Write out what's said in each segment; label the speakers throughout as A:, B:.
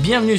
A: Bienvenue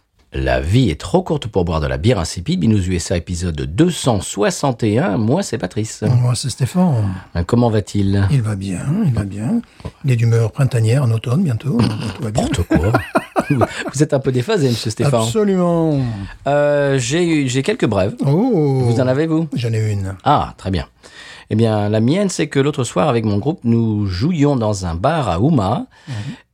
A: La vie est trop courte pour boire de la bière insipide. Binous USA épisode 261. Moi, c'est Patrice. Euh,
B: Moi, c'est Stéphane.
A: Comment va-t-il
B: Il va bien, il va bien. Il est d'humeur printanière en automne bientôt. donc Tout va bien.
A: N'importe quoi. vous vous êtes un peu déphasé, monsieur Stéphane.
B: Absolument.
A: Euh, J'ai eu- j'ai quelques brèves.
B: Oh.
A: Vous en avez, vous
B: J'en ai une.
A: Ah, très bien. Eh bien, la mienne, c'est que l'autre soir, avec mon groupe, nous jouions dans un bar à Houma,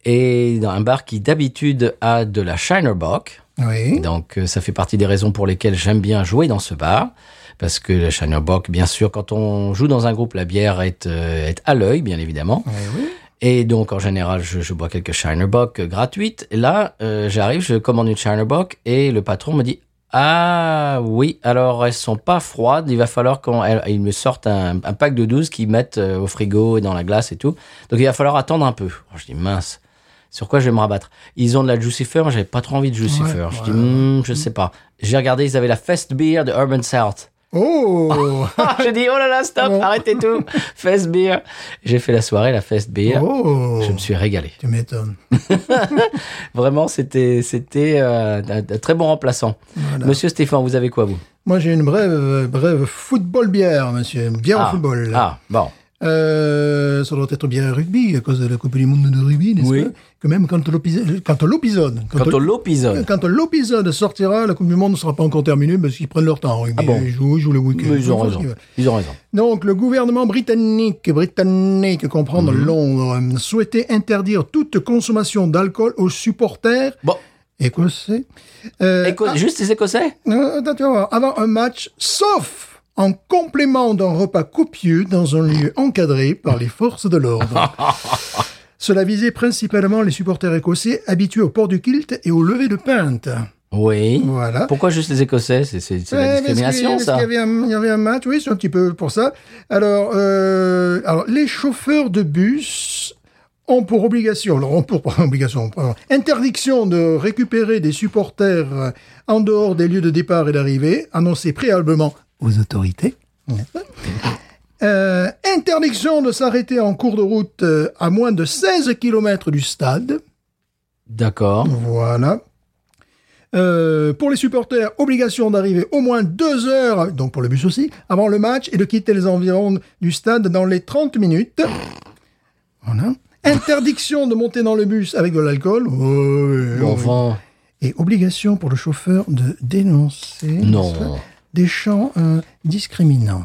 A: et dans un bar qui d'habitude a de la Shinerbock.
B: Oui.
A: Donc, euh, ça fait partie des raisons pour lesquelles j'aime bien jouer dans ce bar. Parce que la Shinerbock, bien sûr, quand on joue dans un groupe, la bière est, euh, est à l'œil, bien évidemment.
B: Oui, oui.
A: Et donc, en général, je, je bois quelques Shinerbock gratuites. Et là, euh, j'arrive, je commande une Shinerbock et le patron me dit Ah oui, alors elles sont pas froides, il va falloir qu'ils me sortent un, un pack de 12 qu'ils mettent euh, au frigo et dans la glace et tout. Donc, il va falloir attendre un peu. Alors, je dis Mince. Sur quoi je vais me rabattre Ils ont de la Juicifer, moi j'avais pas trop envie de Juicifer.
B: Ouais,
A: je dis,
B: ouais.
A: Hmm, je sais pas. J'ai regardé, ils avaient la Fest Beer de Urban South.
B: Oh.
A: Ah, je dis, oh là là, stop,
B: Ouais.
A: arrêtez tout. Fest Beer. J'ai fait la soirée, la Fest Beer.
B: oh.
A: Je me suis régalé.
B: Tu m'étonnes.
A: Vraiment, c'était c'était euh, un, un très bon remplaçant.
B: Voilà.
A: Monsieur Stéphane, vous avez quoi vous
B: Moi, j'ai une brève, euh, brève football-bière, monsieur. Bière au football.
A: Ah bon.
B: Euh, ça doit être bière rugby, à cause de la Coupe du Monde de rugby, n'est-ce
A: Oui.
B: pas Que même quand l'épisode... Quand l'épisode...
A: Quant
B: quand
A: au Lopisol,
B: Quand l'épisode sortira, la Coupe du Monde ne sera pas encore terminée parce qu'ils prennent leur temps. hein, Ils,
A: Ah bon
B: ils jouent, ils jouent le week-end.
A: ils ont
B: Ils font ce
A: raison.
B: qu'ils veulent.
A: Ils ont raison.
B: Donc, le gouvernement britannique, britannique, comprendre
A: Mhm.
B: Londres, euh, souhaitait interdire toute consommation d'alcool aux supporters
A: Bon,
B: écossais. Euh,
A: Éco- juste les Écossais
B: euh, attends, tu vas voir. Avant un match, sauf en complément d'un repas copieux dans un lieu encadré par les forces de l'ordre. Cela visait principalement les supporters écossais habitués au port du kilt et au lever de pinte.
A: Oui.
B: Voilà.
A: Pourquoi juste les Écossais C'est c'est- c'est la
B: Ouais, parce
A: discrimination,
B: que- parce
A: ça.
B: qu'il y, avait un- il y avait un match, oui, c'est un petit peu pour ça. Alors, euh, alors les chauffeurs de bus ont pour obligation, alors ont pour pas obligation, pardon, interdiction de récupérer des supporters euh, en dehors des lieux de départ et d'arrivée, annoncés préalablement aux autorités. n'est-ce pas Euh, interdiction de s'arrêter en cours de route euh, à moins de 16 km du stade.
A: D'accord.
B: Voilà. Euh, pour les supporters, obligation d'arriver au moins deux heures, donc pour le bus aussi, avant le match et de quitter les environs du stade dans les 30 minutes. Voilà. Interdiction de monter dans le bus avec de l'alcool. Ouais, ouais,
A: Bon,
B: ouais.
A: enfin,
B: Et obligation pour le chauffeur de dénoncer
A: non.
B: des chants euh, discriminants.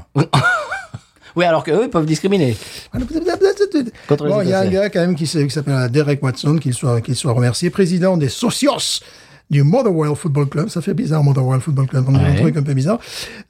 A: Oui, alors qu'eux, ils peuvent discriminer. Contre les
B: Bon, il y a un
A: Écossais.
B: gars quand même qui s'est- qui s'appelle Derek Watson, qu'il soit, qu'il soit remercié, président des Socios du Motherwell Football Club. Ça fait bizarre, Motherwell Football Club. On a un
A: Ouais.
B: truc un peu bizarre.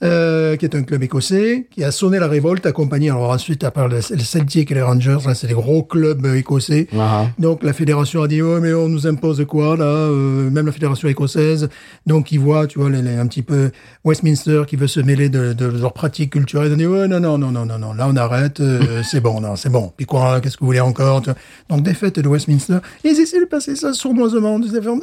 B: Euh, qui est un club écossais, qui a sonné la révolte, accompagné, alors ensuite, à part le, le Celtic et les Rangers, là, c'est des gros clubs euh, écossais.
A: Ah,
B: Donc la fédération a dit ouais mais on nous impose quoi là euh, même la fédération écossaise donc ils voient tu vois les, les- un petit peu Westminster qui veut se mêler de, de leurs pratiques culturelles ils ont dit ouais non non non non non non là on arrête euh, c'est bon non c'est bon puis quoi qu'est-ce que vous voulez encore tu vois. donc défaite de Westminster et ils essaient de passer ça sournoisement Ils essaient de faire,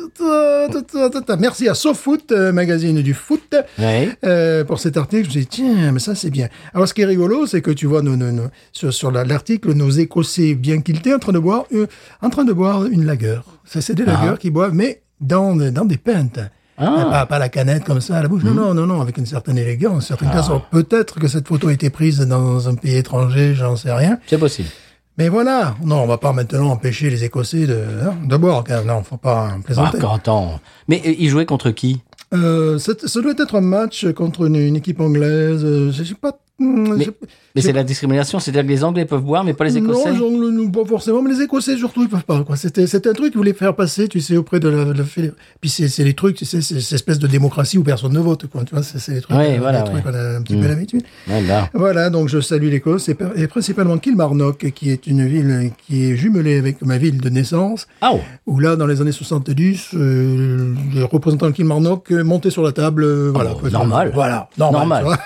B: ta, ta, ta, ta, ta. merci à SoFoot euh, magazine du foot
A: Oui.
B: euh, pour cet article, je me suis dit, tiens, mais ça, c'est bien. Alors, ce qui est rigolo, c'est que tu vois, nos- nos- nos- sur, sur la- l'article, nos Écossais bien quiltés en train de boire, euh, en train de boire une lagueur. Ça, c'est des lagueurs qui boivent, mais dans, dans des pintes. Ah, Pas, pas la canette comme ça à la bouche. Non, non, non, non, avec une certaine élégance, certaine classe. Alors, peut-être que cette photo a été prise dans un pays étranger, j'en sais rien.
A: C'est possible.
B: Mais voilà. Non, on va pas maintenant empêcher les Écossais de, hein, de boire, quand même. Non, faut pas
A: Ah,
B: plaisanter.
A: attends. Mais euh, ils jouaient contre qui
B: Euh, c'est- ça doit être un match contre une, une équipe anglaise. euh, Je sais pas Hmm, je-
A: Mais c'est la discrimination, c'est-à-dire que les Anglais peuvent boire, mais pas les Écossais.
B: Non, les Anglais, non, pas forcément, mais les Écossais surtout, ils peuvent pas. quoi. C'était, c'était un truc qu'ils voulaient faire passer, tu sais, auprès de la. de la fédé- Puis c'est, c'est les trucs, tu sais, c'est cette espèce de démocratie où personne ne vote, quoi. Tu vois, c'est, c'est les trucs, euh,
A: Ouais,
B: les
A: voilà,
B: trucs
A: ouais. Mm.
B: qu'on a un petit peu l'habitude.
A: Ouais, là.
B: Voilà, donc je salue l'Écosse et, par- et principalement Kilmarnock, qui est une ville qui est jumelée avec ma ville de naissance,
A: Ah oh.
B: où là, dans les années 70, euh, le représentant de Kilmarnock euh, montait sur la table. euh, voilà,
A: Oh,
B: quoi.
A: normal.
B: Voilà, normal.
A: Normal.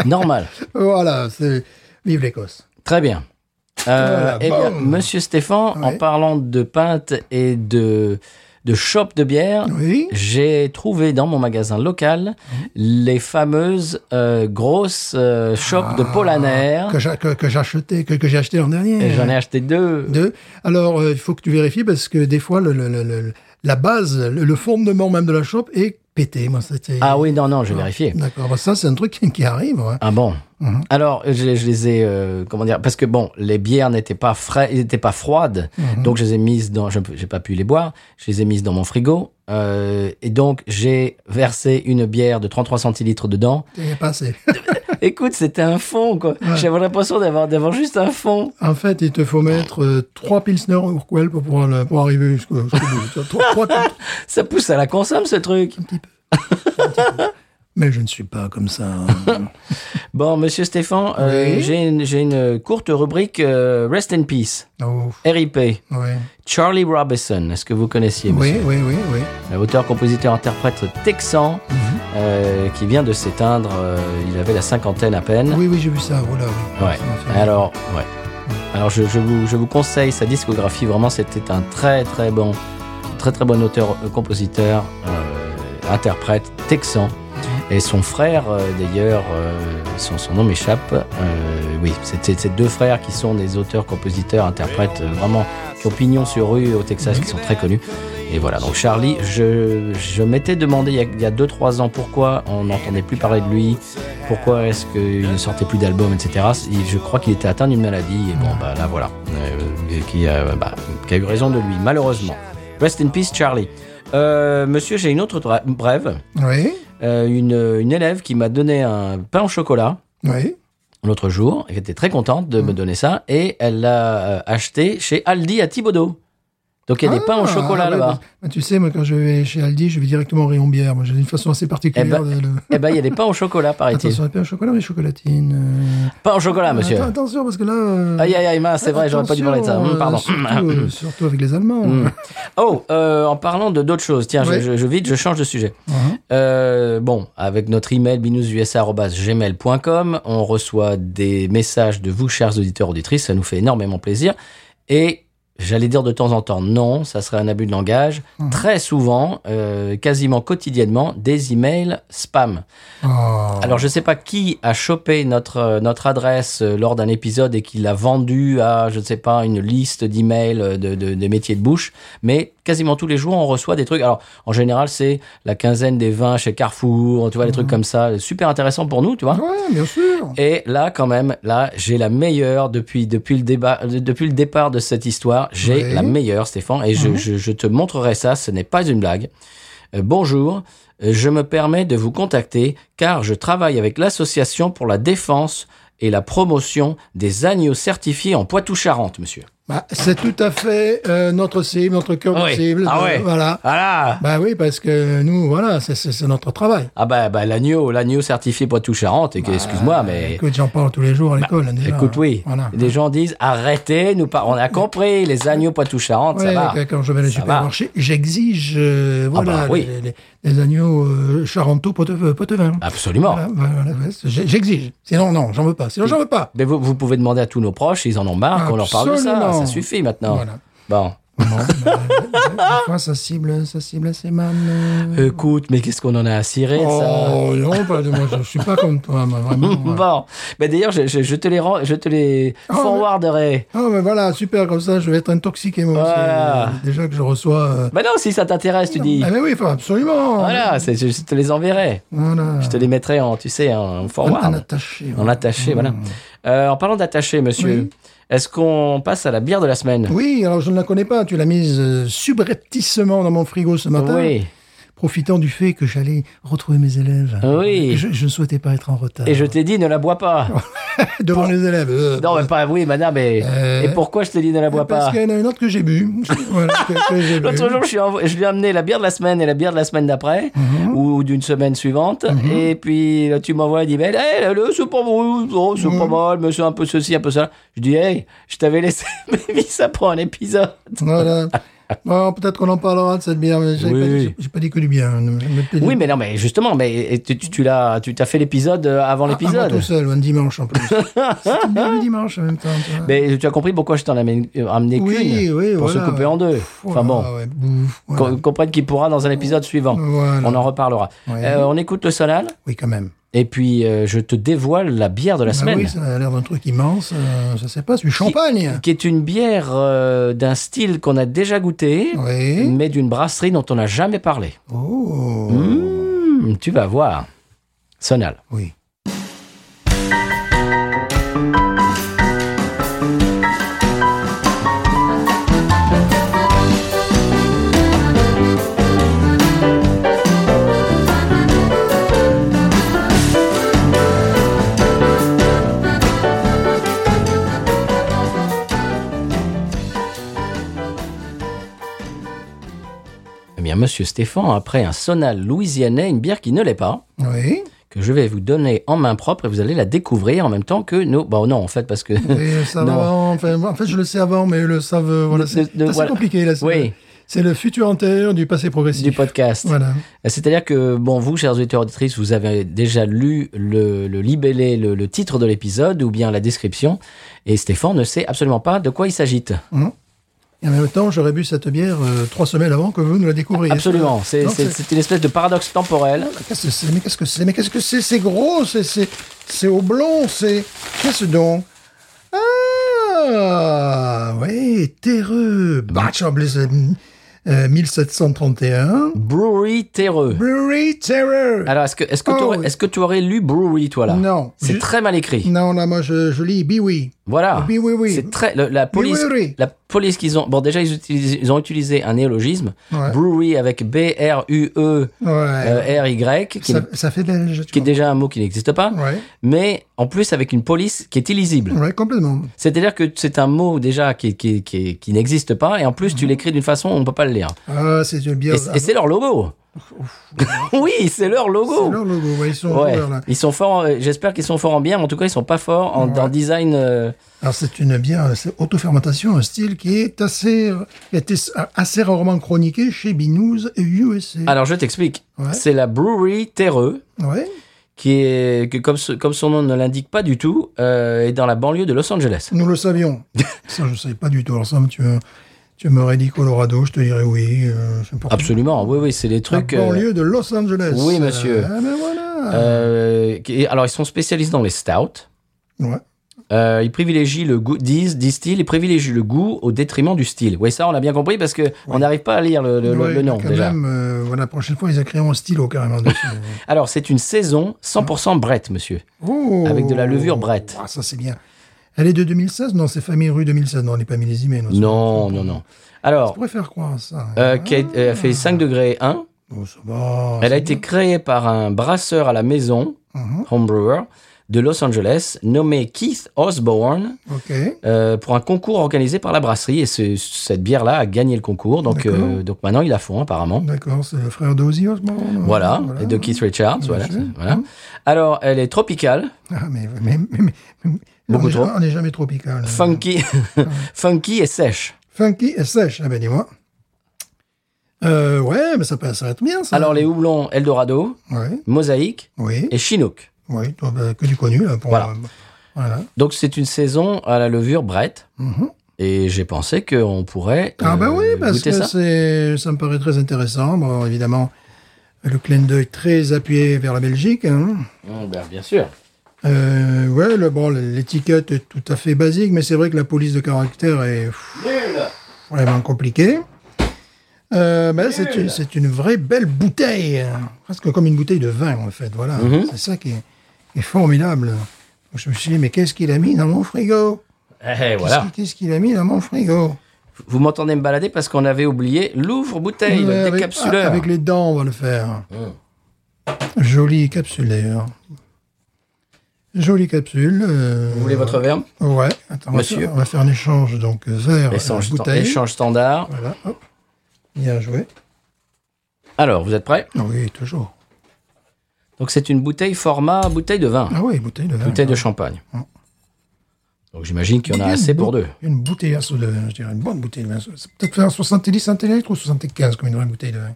B: tu
A: normal.
B: vois. voilà, c'est. Vive l'Écosse.
A: Très bien. Euh,
B: Voilà,
A: eh bien,
B: boum.
A: Monsieur Stéphane, en
B: Ah, Ouais.
A: parlant de pintes et de de shop de bière,
B: Oui.
A: j'ai trouvé dans mon magasin local les fameuses euh, grosses euh, chopes de Polaner.
B: Ah, que j'a- que- que j'achetais, que, que j'ai acheté l'an
A: Et
B: dernier.
A: J'en ai acheté deux.
B: Deux. Alors, euh, il faut que tu vérifies parce que des fois, le, le- le- le- la base, le, le fondement même de la chope est pété. Moi, c'était.
A: Ah oui, non, non, j'ai vérifié.
B: D'accord. Bah, ça, c'est un truc qui, qui arrive. ouais.
A: Ah bon
B: Mhm.
A: Alors, je, je les ai, euh, comment dire, parce que bon, les bières n'étaient pas frais, n'étaient pas froides,
B: Mm. Mhm.
A: donc je les ai mises dans, je j'ai pas pu les boire, je les ai mises dans mon frigo, euh, et donc j'ai versé une bière de 33 centilitres dedans.
B: Il est passé.
A: Écoute, c'était un fond, quoi. J'avais l'impression d'avoir, d'avoir juste un fond.
B: en fait, il te faut mettre euh, trois Pilsner Urquell pour, pouvoir le- pour arriver jusqu'au jusqu'au bout. Tu vois, trois- trois Pils-
A: Ça pousse à la consomme, ce truc.
B: Mais je ne suis pas comme ça. hein.
A: Bon, monsieur Stéphane, euh,
B: Oui.
A: j'ai, une, j'ai une courte rubrique euh, Rest in Peace,
B: Oh,
A: RIP.
B: oui.
A: Charlie Robinson, est-ce que vous connaissiez monsieur
B: oui, oui, oui, oui.
A: auteur, compositeur, interprète texan
B: Mm-hmm.
A: euh, qui vient de s'éteindre. euh, il avait la cinquantaine à peine.
B: Oui, oui, j'ai vu ça. Voilà, oui.
A: Ouais.
B: Ça m'a fait-
A: Alors, ouais. Alors, je, je vous, je vous conseille sa discographie. Vraiment, c'était un très très bon, très très bon auteur, euh, compositeur, euh, interprète texan. Et son frère, euh, d'ailleurs, euh, son, son nom m'échappe. Euh, oui, c'était ces deux frères qui sont des auteurs, compositeurs, interprètes euh, vraiment qui ont pignon sur rue au Texas, qui sont très connus. Et voilà, donc Charlie, je, je m'étais demandé il y a- il y a 2-3 ans pourquoi on n'entendait plus parler de lui, pourquoi est-ce qu'il ne sortait plus d'album, etc. Il- Je crois qu'il était atteint d'une maladie, et bon, bah là voilà, Euh, qui, a- bah, qui a eu raison de lui, malheureusement. Rest in peace, Charlie. Euh, monsieur, j'ai une autre dra- brève.
B: Oui,
A: Euh, une, une élève qui m'a donné un pain au chocolat
B: oui.
A: l'autre jour, elle était très contente de me
B: Mm.
A: donner ça, et elle l'a euh, acheté chez Aldi à Thibaudot. Donc il y a des pains au
B: Ah,
A: chocolat
B: ouais,
A: là-bas.
B: bah, tu sais, moi, quand je vais chez Aldi, je vais directement au rayon bière. Moi, j'ai une façon assez particulière
A: Eh
B: de. de-
A: Eh ben, il y a des pains au chocolat, paraît-il.
B: Attention, le pain au chocolat ou les chocolatines
A: Pain au chocolat, Ah, monsieur.
B: Attends, attention, parce que là. euh,
A: Aïe, aïe, aïe, mince, c'est vrai, j'aurais pas dû parler de ça.
B: attention,
A: Hum, pardon.
B: euh, Surtout, euh, surtout avec les Allemands.
A: Oh, euh, en parlant de d'autres choses, tiens, je-
B: Ouais.
A: je, je, vite, je change de sujet.
B: Mhm.
A: Euh, bon, avec notre email binoususa@gmail.com, on reçoit des messages de vous, chers auditeurs auditrices, ça nous fait énormément plaisir. Et j'allais dire de temps en temps, non, ça serait un abus de langage.
B: Mmh.
A: Très souvent, euh, quasiment quotidiennement, des emails spam.
B: Oh.
A: Alors, je sais pas qui a chopé notre, euh, notre adresse euh, lors d'un épisode et qui l'a vendue à, je ne sais pas, une liste d'emails euh, de, de, des métiers de bouche, mais quasiment tous les jours, on reçoit des trucs. Alors, en général, c'est la quinzaine des vins chez Carrefour, tu vois, des trucs comme ça. Super intéressant pour nous, tu vois.
B: Ouais, bien sûr.
A: Et là, quand même, là, j'ai la meilleure depuis, depuis, le débat, de- depuis le départ de cette histoire. J'ai
B: Oui. Mhm.
A: la meilleure, Stéphane, et je, je- je te montrerai ça. Ce n'est pas une blague. Euh, bonjour, euh, je me permets de vous contacter car je travaille avec l'association pour la défense et la promotion des agneaux certifiés en Poitou-Charentes, monsieur.
B: Bah, c'est tout à fait euh, notre cible, notre cœur
A: Ah
B: de
A: ouais.
B: cible.
A: Ah
B: Euh,
A: ouais.
B: Voilà.
A: Ah
B: Bah oui, parce que nous, voilà, c'est- c'est c'est notre travail.
A: Ah bah, bah, l'agneau, l'agneau certifié Poitou-Charentes, et que- excuse-moi, mais...
B: Bah, Écoute, j'en parle tous les jours à l'école. hein, déjà.
A: Écoute, oui.
B: Voilà.
A: Les gens disent arrêtez, nous par- on a compris, les agneaux Poitou-Charentes, ça
B: Ouais,
A: va.
B: que- Quand je vais
A: Ça
B: au
A: va.
B: supermarché, j'exige euh, voilà,
A: bah oui. Ah
B: les, les- les agneaux euh, charentaux potevin. potevin.
A: Absolument.
B: Voilà, voilà, ouais, c'est- j'ai- j'exige. Sinon, non, j'en veux pas. Sinon, j'en veux pas.
A: Mais vous, vous pouvez demander à tous nos proches, ils en ont marre, qu'on leur parle de ça.
B: Absolument.
A: Ça suffit maintenant.
B: Voilà.
A: Bon.
B: Bon, bah, des fois, ça cible, ça cible assez mal. euh.
A: Écoute, mais qu'est-ce qu'on en a à cirer de ça
B: Oh non, pas de moi, je suis pas comme toi, moi, vraiment. Oh, ouais.
A: Bon, mais d'ailleurs, je, je- je te les rends, je te les
B: Ah,
A: forwarderai.
B: Ah, mais voilà, super, comme ça, je vais être intoxiqué, moi aussi.
A: Voilà.
B: Euh, Déjà que je reçois. euh,
A: Bah non, si ça t'intéresse, tu dis.
B: Ah, mais oui, enfin, absolument.
A: Voilà, c'est- je, je te les enverrai.
B: Voilà.
A: Je te les mettrai en, tu sais, en
B: En- en
A: forward,
B: attaché. Hmm.
A: en attaché, voilà. Euh, en parlant d'attaché, monsieur,
B: Oui.
A: est-ce qu'on passe à la bière de la semaine
B: Oui, alors je ne la connais pas. Tu l'as mise euh, subrepticement dans mon frigo ce matin.
A: Oui.
B: profitant du fait que j'allais retrouver mes élèves.
A: Oui.
B: Je, je ne souhaitais pas être en retard.
A: Et je t'ai dit, ne la bois pas.
B: Devant les élèves. euh,
A: Non, mais pas, oui, madame, mais.
B: Euh,
A: Et pourquoi je te dis ne la bois
B: Parce
A: pas
B: qu'il y en a une autre que j'ai bu. Voilà, que- que j'ai bu.
A: L'autre jour, je, suis envo- je lui ai amené la bière de la semaine et la bière de la semaine d'après,
B: Mhm.
A: ou d'une semaine suivante. Et puis, là, tu m'envoies un email. Hey, le, c'est pas bon, oh, c'est
B: Mhm.
A: pas mal, mais c'est un peu ceci, un peu ça. Je dis, hey, je t'avais laissé, mais ça prend un épisode.
B: Voilà. Bon, peut-être qu'on en parlera de cette bière, mais j'ai
A: Oui.
B: pas, dit- j'ai pas dit que du bien. Ne- ne- ne-
A: Oui, mais non, mais justement, mais et tu, tu, tu l'as, tu t'as fait l'épisode euh, avant
B: Ah, ah, moi
A: l'épisode.
B: tout seul, un dimanche en plus. C'était bien le dimanche en même temps. tu vois.
A: mais tu as compris pourquoi je t'en ai euh, amené
B: oui,
A: qu'une
B: oui,
A: pour
B: voilà,
A: se couper
B: ouais.
A: en deux.
B: Pff,
A: Enfin
B: voilà,
A: bon,
B: ouais, bouf, voilà.
A: qu'on comprenne qu'il pourra dans un épisode suivant.
B: Voilà.
A: On en reparlera.
B: Ouais.
A: Euh, on écoute le sonal
B: Oui, quand même.
A: et puis euh, je te dévoile la bière de la
B: Ah
A: semaine.
B: oui, ça a l'air d'un truc immense. euh, je sais pas, c'est du champagne.
A: qui est une bière euh, d'un style qu'on a déjà goûté,
B: Oui.
A: mais d'une brasserie dont on n'a jamais parlé.
B: Oh.
A: Hmm, tu vas voir. Sonal.
B: Oui.
A: Eh bien, monsieur Stéphane, après un Sonal louisianais, une bière qui ne l'est pas,
B: Oui.
A: que je vais vous donner en main propre et vous allez la découvrir en même temps que nos... Bon, non, en fait, parce que...
B: Et ça
A: Non.
B: va, hein. enfin, en fait, je le sais avant, mais le savent. euh, Voilà, c'est
A: de-
B: c'est assez
A: voilà.
B: compliqué. Là, c'est-
A: Oui.
B: C'est le futur antérieur du passé progressif.
A: du podcast. Euh,
B: Voilà.
A: C'est-à-dire que, bon, vous, chers auditeurs auditrices, vous avez déjà lu le, le libellé, le, le titre de l'épisode ou bien la description, et Stéphane ne sait absolument pas de quoi il s'agit.
B: Et en même temps, j'aurais bu cette bière euh, trois semaines avant que vous ne la découvriez.
A: Absolument, c'est
B: Non,
A: c'est- c'est une espèce de paradoxe temporel.
B: Qu'est-ce que c'est Ah, Mais qu'est-ce que c'est Mais qu'est-ce que c'est C'est gros, c'est c'est c'est oblong, c'est qu'est-ce donc Ah oui, terreux. Bah, Batch of Blizzard, euh, 1731.
A: Brewery Terreux.
B: Brewery Terror.
A: Alors, est-ce que, est que,
B: Oh,
A: tu aurais-
B: oui.
A: est-ce que tu aurais lu Brewery, toi, Ah, là
B: Non.
A: C'est
B: Je-
A: très mal écrit.
B: Non, là, moi, je, je lis Biwi.
A: Voilà.
B: Oui, oui, oui.
A: C'est très. le- la police.
B: oui.
A: La police qu'ils ont. Bon, déjà, ils, utilisent- ils ont utilisé un néologisme.
B: Ouais.
A: Brewery avec E,
B: Ouais.
A: B-R-U-E-R-Y, Euh, qui,
B: ça,
A: n'est-
B: ça fait de la légèreté.
A: qui est déjà un mot qui n'existe pas.
B: Ouais. Mm.
A: Mais en plus, avec une police qui est illisible.
B: Ouais, complètement.
A: C'est-à-dire que c'est un mot déjà qui, qui, qui, qui n'existe pas. Et en
B: Mm.
A: plus, tu l'écris d'une façon où on ne peut pas le lire.
B: Ah, c'est une
A: Et,
B: bière.
A: et c'est leur logo. oui, c'est leur
B: C'est
A: logo.
B: leur logo, ouais, ils sont
A: Ouais.
B: ouverts, là.
A: Ils sont forts, euh, j'espère qu'ils sont forts en bière, mais en tout cas, ils sont pas forts en, en design. euh,
B: Alors c'est une bière, c'est autofermentation, un style qui est assez, qui a été assez rarement chroniqué chez Binous et USA.
A: Alors, je t'explique.
B: Ouais.
A: C'est la Brewery Terreux,
B: Ouais.
A: qui est, que comme, ce- comme son nom ne l'indique pas du tout, euh, est dans la banlieue de Los Angeles.
B: Nous le savions. ça je ne savais pas du tout. Alors ça, tu, me- tu m'aurais dit Colorado, je te dirais oui. euh, je sais pas.
A: Absolument, oui, oui, c'est des
B: La
A: trucs. euh,
B: banlieue de Los Angeles.
A: oui, monsieur.
B: Ah ben voilà.
A: euh, qui- alors, ils sont spécialistes dans les stouts.
B: Ouais.
A: Euh, ils privilégient le goût, disent, disent-ils, ils privilégient le goût au détriment du style. Oui, ça, on l'a bien compris parce que on n'arrive pas à lire le, le- le-
B: Ouais,
A: le nom
B: quand
A: déjà.
B: Même, euh, voilà, la prochaine fois, ils écriront un stylo carrément dessus.
A: Alors, c'est une saison 100% brette, monsieur.
B: Oh.
A: Avec de la levure Brett.
B: Ah, ça, c'est bien. Elle est de 2016 Non, c'est Famille Rue 2016. Non, on n'est pas millésimé. Non,
A: Non, non, non. Alors,
B: On pourrait faire croire à ça. hein.
A: Euh, qui a, euh, fait 5 degrés 1.
B: Oh, ça va,
A: Elle a
B: c'est
A: été créée par un brasseur à la maison,
B: Mhm.
A: homebrewer, de Los Angeles, nommé Keith Osborne,
B: bien. Ok.
A: euh, pour un concours organisé par la brasserie. Et ce- cette bière-là a gagné le concours, donc,
B: D'accord.
A: euh, donc maintenant ils la font apparemment.
B: D'accord, c'est le frère d'Ozzy Osbourne.
A: Voilà, et de Keith Richards.
B: Mmh, Bien Mmh.
A: Voilà,
B: sûr.
A: voilà. Alors, elle est tropicale,
B: Ah, mais, mais, mais- mais- mais-
A: Beaucoup
B: on est-
A: trop.
B: On n'est jamais tropical. hein.
A: funky, funky et sèche.
B: Funky et sèche. Ah ben dis-moi. Euh, ouais, mais ça peut, ça va être bien, ça.
A: Alors, les houblons Eldorado,
B: Ouais,
A: Mosaïque
B: oui,
A: et Chinook.
B: oui. donc, bah, que du connu, là. Pour,
A: Voilà.
B: euh, voilà.
A: Donc, c'est une saison à la levure Brett.
B: Mhm.
A: Et j'ai pensé qu'on pourrait
B: Ah
A: euh,
B: ben oui, parce
A: goûter
B: que
A: ça.
B: c'est, ça me paraît très intéressant. Bon, évidemment, le clin d'œil très appuyé vers la Belgique. hein.
A: Mm, ben, bien sûr.
B: Euh, ouais, le, bon, l'étiquette est tout à fait basique, mais c'est vrai que la police de caractère est pff, vraiment compliquée. Euh, ben, c'est une, c'est une vraie belle bouteille, hein. presque comme une bouteille de vin en fait. Voilà,
A: Mhm.
B: c'est ça qui est, qui est formidable. Donc, je me suis dit, mais qu'est-ce qu'il a mis dans mon frigo
A: Eh,
B: Qu'est-ce
A: voilà.
B: qu'il- Qu'est-ce qu'il a mis dans mon frigo
A: Vous m'entendez me balader parce qu'on avait oublié l'ouvre-bouteille,
B: Ouais,
A: le
B: Euh, avec- ah,
A: décapsuleur.
B: Avec les dents, on va le faire.
A: Oh.
B: Joli capsuleur. Jolie capsule. euh,
A: Vous voulez votre verre
B: Ouais. Attends, on va
A: Monsieur.
B: faire- On va faire un échange, donc, verre,
A: échange,
B: euh, bouteille.
A: échange standard.
B: Voilà, hop. Bien joué. Ah
A: Alors, vous êtes prêts
B: Oui, toujours.
A: Donc, c'est une bouteille format bouteille de vin,
B: Ah oui, bouteille de verre.
A: bouteille de champagne. Donc, j'imagine qu'il y en a assez pour deux.
B: Une bouteille à soda, je dirais, une bonne bouteille de vin. C'est peut-être faire 70 centilitres ou 75 comme une vraie bouteille de vin.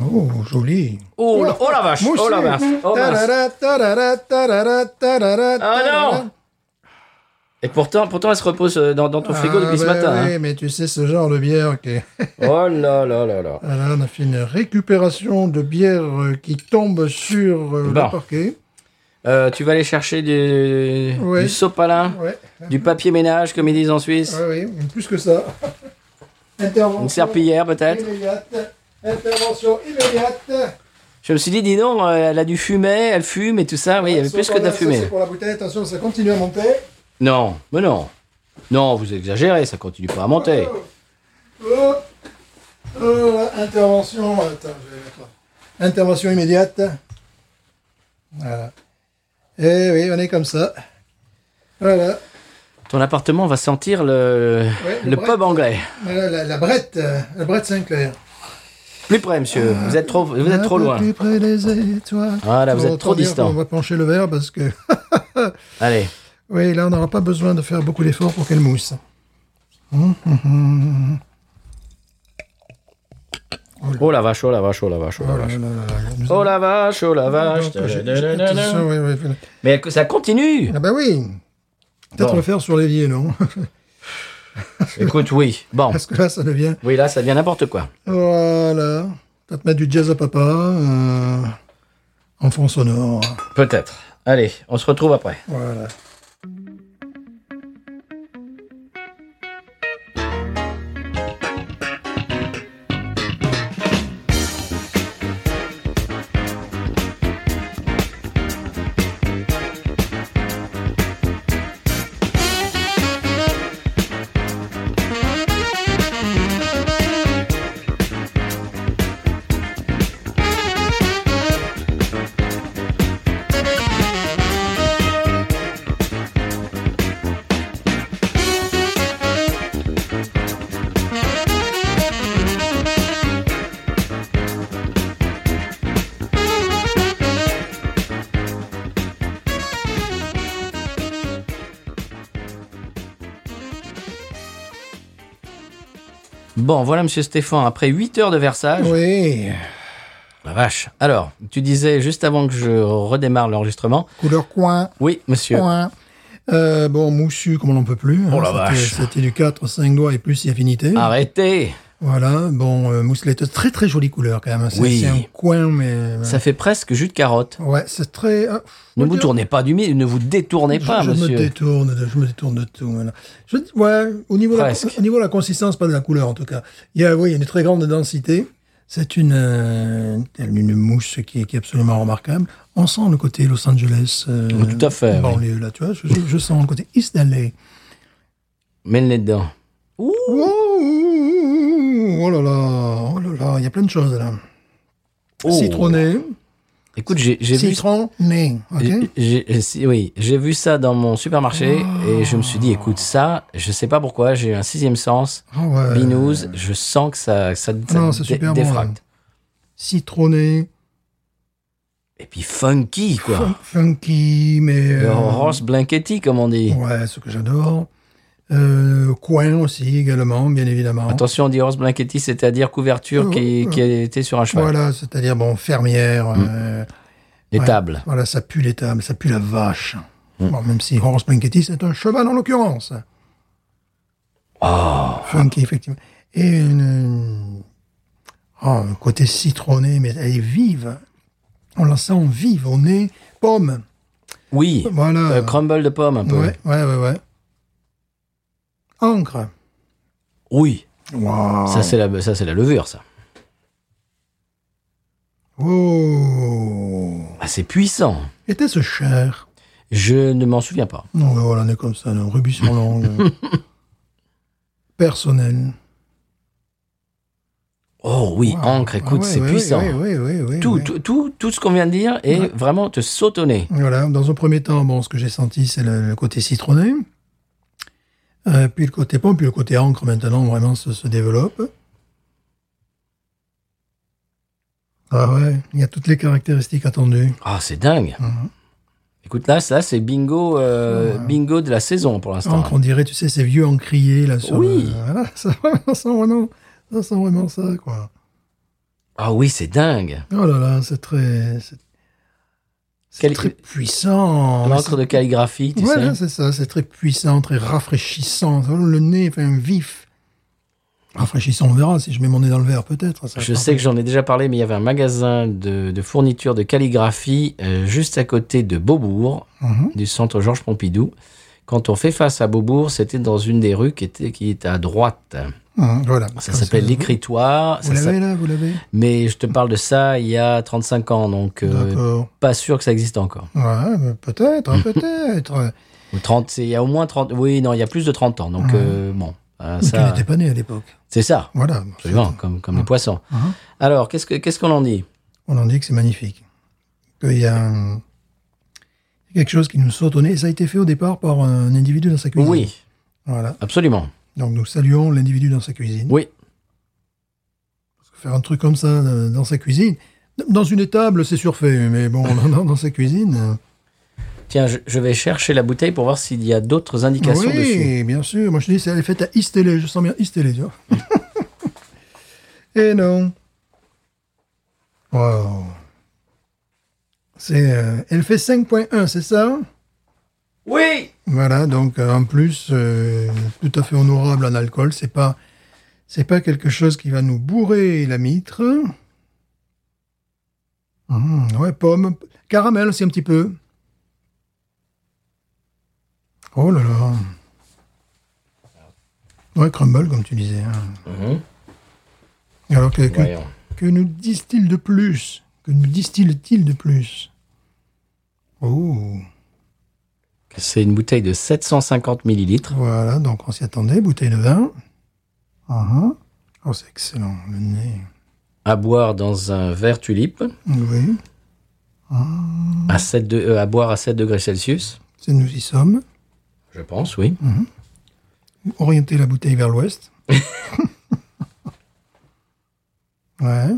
B: Oh, joli.
A: Oh, la- oh la vache
B: Moi
A: Oh la
B: aussi.
A: vache oh mince.
B: Tarara, tarara, tarara, tarara,
A: Ah
B: tarara.
A: non Et pourtant, pourtant, elle se repose euh, dans, dans ton frigo
B: Ah,
A: depuis ce
B: bah
A: matin.
B: Oui, mais tu sais, ce genre de bière qui est-
A: hein. Oh là là là là.
B: Ah là, on a fait une récupération de bière euh, qui tombe sur euh,
A: Bon.
B: le parquet.
A: Euh, tu vas aller chercher du,
B: Ouais.
A: du sopalin,
B: Ouais.
A: du papier ménage, comme ils disent en Suisse,
B: Oui, oui, plus que ça. Intervention
A: une serpillière peut-être.
B: immédiate. Intervention immédiate.
A: Je me suis dit, dis donc, euh, elle a du fumet, elle fume et tout ça. Oui, il y avait plus que de la
B: Ça,
A: fumée.
B: c'est pour la bouteille, attention, ça continue à monter.
A: Non, mais non. Non, vous exagérez, ça continue pas à monter.
B: Oh. Oh, intervention. Attends, je vais mettre- Intervention immédiate. Voilà. Eh oui, on est comme ça. Voilà.
A: Ton appartement va sentir le,
B: Ouais,
A: le
B: le
A: pub
B: break.
A: anglais.
B: Voilà la, la brette, euh, la brette Sinclair.
A: Plus près, monsieur.
B: Ah.
A: Vous êtes trop, vous êtes trop loin.
B: Plus près des étoiles.
A: Voilà, vous
B: Faut
A: êtes trop
B: dire
A: distant.
B: qu'on va pencher le verre parce que
A: Allez.
B: Oui, là, on n'aura pas besoin de faire beaucoup d'efforts pour qu'elle mousse.
A: Oh la vache, oh la vache, oh la vache, oh la
B: Oh là
A: vache.
B: là là là, nous
A: Oh
B: avons-
A: la vache, oh la vache.
B: Donc, j'ai- j'ai- attention, oui, oui, voilà.
A: Mais que ça continue.
B: Ah bah oui Peut-être
A: Bon.
B: le faire sur l'évier, non
A: Écoute, oui. Bon.
B: Parce que là, ça devient...
A: Oui, là, ça devient n'importe quoi.
B: Voilà. Peut-être mettre du jazz à papa, euh, en fond sonore.
A: Peut-être. Allez, on se retrouve après.
B: Voilà.
A: Bon, voilà, monsieur Stéphane, après 8 heures de versage.
B: Oui.
A: La vache. Alors, tu disais juste avant que je redémarre l'enregistrement.
B: Couleur coin.
A: Oui, monsieur.
B: coin. Euh, bon, moussu, comme on n'en peut plus. hein.
A: Oh la
B: C'était-
A: vache.
B: C'était du 4, 5 doigts et plus si affinité.
A: Arrêtez.
B: Voilà, bon, euh, mousseletteuse, très très jolie couleur quand même. C'est
A: Oui.
B: c'est un coin, mais...
A: Ça fait presque jus de carotte.
B: Ouais, c'est très... ah,
A: Ne
B: faut
A: vous
B: dire-
A: tournez pas du milieu, ne vous détournez
B: je,
A: pas,
B: je me
A: monsieur.
B: détourne, de, je me détourne de tout. voilà. Je, dis- ouais, au niveau, de la,
A: Presque.
B: au niveau de la consistance, pas de la couleur en tout cas. Il y a, oui, il y a une très grande densité. C'est une, euh, une mousse qui est, qui est absolument remarquable. On sent le côté Los Angeles. euh,
A: Tout à fait,
B: banlieue, là, tu vois, je, je sens le côté East LA.
A: Mets le nez dedans. Ouh.
B: Ouh, oh là là, oh là là, il y a plein de choses là.
A: Oh.
B: Citronné,
A: Écoute, j'ai j'ai vu.
B: citronné, ok
A: j'ai- j'ai- si- oui, j'ai vu ça dans mon supermarché
B: Oh.
A: et je me suis dit, écoute, ça, je sais pas pourquoi, j'ai eu un sixième sens,
B: Ah ouais.
A: binouze, je sens que ça, ça, ça
B: non, c'est super bon,
A: défracte.
B: Citronné,
A: Et puis funky, quoi.
B: funky, mais...
A: Ah. Le
B: euh,
A: Ross Blanketti, comme on dit.
B: ouais, ce que j'adore. Euh, coin aussi, également, bien évidemment.
A: Attention, on dit Ross Blanketti, c'est-à-dire couverture qui, qui a été sur un cheval.
B: Voilà, c'est-à-dire, bon, fermière...
A: Mm.
B: euh,
A: Les
B: ouais,
A: tables.
B: Voilà, ça pue les tables, ça pue la vache.
A: Mm.
B: Bon, même si Horace Blanchetti, c'est un cheval en l'occurrence.
A: Ah.
B: Funky, effectivement. Et une... oh, un côté citronné, mais elle est vive. On la sent vive, on est pomme.
A: Oui.
B: Voilà.
A: Euh, crumble de pomme, un peu.
B: ouais, ouais, ouais, ouais. Encre.
A: Oui.
B: Wow.
A: Ça, c'est la, ça, c'est la levure, ça.
B: Oh.
A: Ah, c'est puissant.
B: Était-ce cher
A: Je ne m'en souviens pas.
B: Non, mais voilà, on est comme ça, là, rubis sur l'ongle. personnel.
A: Oh oui,
B: Wow.
A: encre, écoute,
B: Ah ouais,
A: c'est
B: ouais,
A: puissant.
B: ouais, ouais, ouais, ouais,
A: Tout,
B: ouais.
A: tout, tout, tout ce qu'on vient de dire est vraiment te sautonner.
B: Voilà, dans un premier temps, bon, ce que j'ai senti, c'est le, le côté citronné. Euh, puis le côté pomme, puis le côté encre, maintenant, vraiment, se, se développe. Ah ouais, il y a toutes les caractéristiques attendues.
A: Ah, c'est dingue.
B: Mhm.
A: Écoute, là, ça, c'est bingo, euh, bingo de la saison pour l'instant.
B: Encre, on dirait, tu sais, ces vieux encriers, là, sur
A: Oui.
B: le- voilà, ça, ça sent vraiment, ça sent vraiment ça, quoi.
A: Ah oui, c'est dingue.
B: Oh là là, c'est très... C'est c'est
A: Quel-
B: très puissant.
A: L'encre de calligraphie, tu
B: Voilà,
A: sais.
B: c'est ça, c'est très puissant, très rafraîchissant. Le nez, enfin, vif. Rafraîchissant, on verra si je mets mon nez dans le verre, peut-être. ça.
A: Je sais que j'en ai déjà parlé, mais il y avait un magasin de, de fournitures de calligraphie euh, juste à côté de Beaubourg,
B: Mhm.
A: du centre Georges Pompidou. Quand on fait face à Beaubourg, c'était dans une des rues qui était, qui était à droite.
B: Hum, voilà.
A: Ça
B: Comme
A: s'appelle
B: ça.
A: l'écritoire.
B: Vous
A: ça
B: l'avez
A: s'appelle-
B: là, vous l'avez
A: Mais je te parle de ça il y a 35 ans, donc euh,
B: D'accord.
A: pas sûr que ça existe encore.
B: Ouais, mais peut-être, hein, peut-être.
A: Ou 30, c'est- il y a au moins 30. Oui, non, il y a plus de 30 ans. Donc, euh, bon, euh,
B: Tu
A: ça,
B: n'étais pas né à l'époque.
A: c'est ça.
B: Voilà.
A: Absolument, comme, comme les poissons.
B: Mhm.
A: Alors, qu'est-ce que- qu'est-ce qu'on en dit
B: On en dit que c'est magnifique. Qu'il y a un- quelque chose qui nous saute au nez. Ça a été fait au départ par un individu dans sa cuisine.
A: Oui,
B: Voilà.
A: absolument.
B: Donc nous saluons l'individu dans sa cuisine.
A: Oui,
B: Faire un truc comme ça euh, dans sa cuisine. Dans une étable, c'est surfait, mais bon, dans- dans, dans sa cuisine. euh,
A: Tiens, je, je vais chercher la bouteille pour voir s'il y a d'autres indications
B: oui,
A: dessus.
B: bien sûr. Moi, je te dis, c'est- elle est faite à Istélé. Je sens bien Istélé, tu vois. Et non. Wow. C'est, euh, elle fait 5.1, c'est ça
A: Oui
B: Voilà, donc euh, en plus, euh, tout à fait honorable en alcool. C'est pas, c'est pas quelque chose qui va nous bourrer la mitre. Hum, ouais, pomme, caramel aussi un petit peu. Oh là là. Ouais, crumble comme tu disais. hein.
A: Mhm.
B: Alors que, que-
A: Voyons.
B: que nous disent-ils de plus Que nous disent-ils de plus Oh.
A: C'est une bouteille de 750 millilitres.
B: Voilà, donc on s'y attendait, bouteille de vin. Ah ah. Oh, c'est excellent, le nez.
A: À boire dans un verre tulipe.
B: Mhm. Oui,
A: À, 7 de- euh, à boire à 7 degrés Celsius.
B: c'est nous y sommes.
A: Je pense, oui.
B: Orienter la bouteille vers l'ouest. ouais.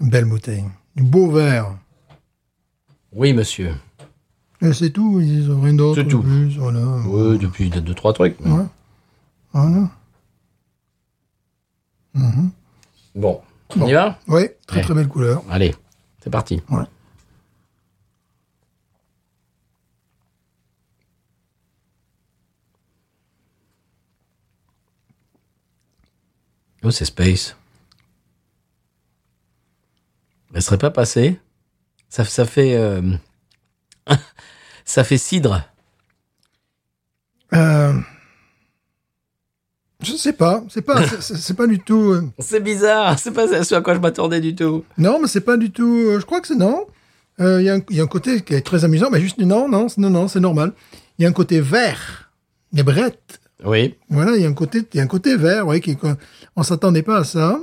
B: Belle bouteille. Du beau verre.
A: Oui, monsieur.
B: Et c'est tout, ils ont rien d'autre.
A: C'est tout.
B: en plus, voilà.
A: Oui, depuis il y a deux, trois trucs. mais-
B: Ouais. Voilà.
A: Bon, on y va
B: Oui, très
A: Ouais.
B: très belle couleur.
A: Allez, c'est parti.
B: Ouais.
A: Oh, c'est Space. Elle serait pas passée. Ça, ça fait. euh, ça fait cidre.
B: Euh, je sais pas, c'est pas, c'est- c'est c'est pas du tout. euh,
A: C'est bizarre. C'est pas ce à quoi je m'attendais du tout.
B: Non, mais c'est pas du tout. euh, je crois que c'est non. Euh, Il y, a un- il y a un côté qui est très amusant, mais juste non, non, c'est- non, non, c'est normal. Il y a un côté vert, des brettes.
A: Oui.
B: Voilà, il y a un côté, il y a un côté vert, ouais, qui, qu'on- on s'attendait pas à ça.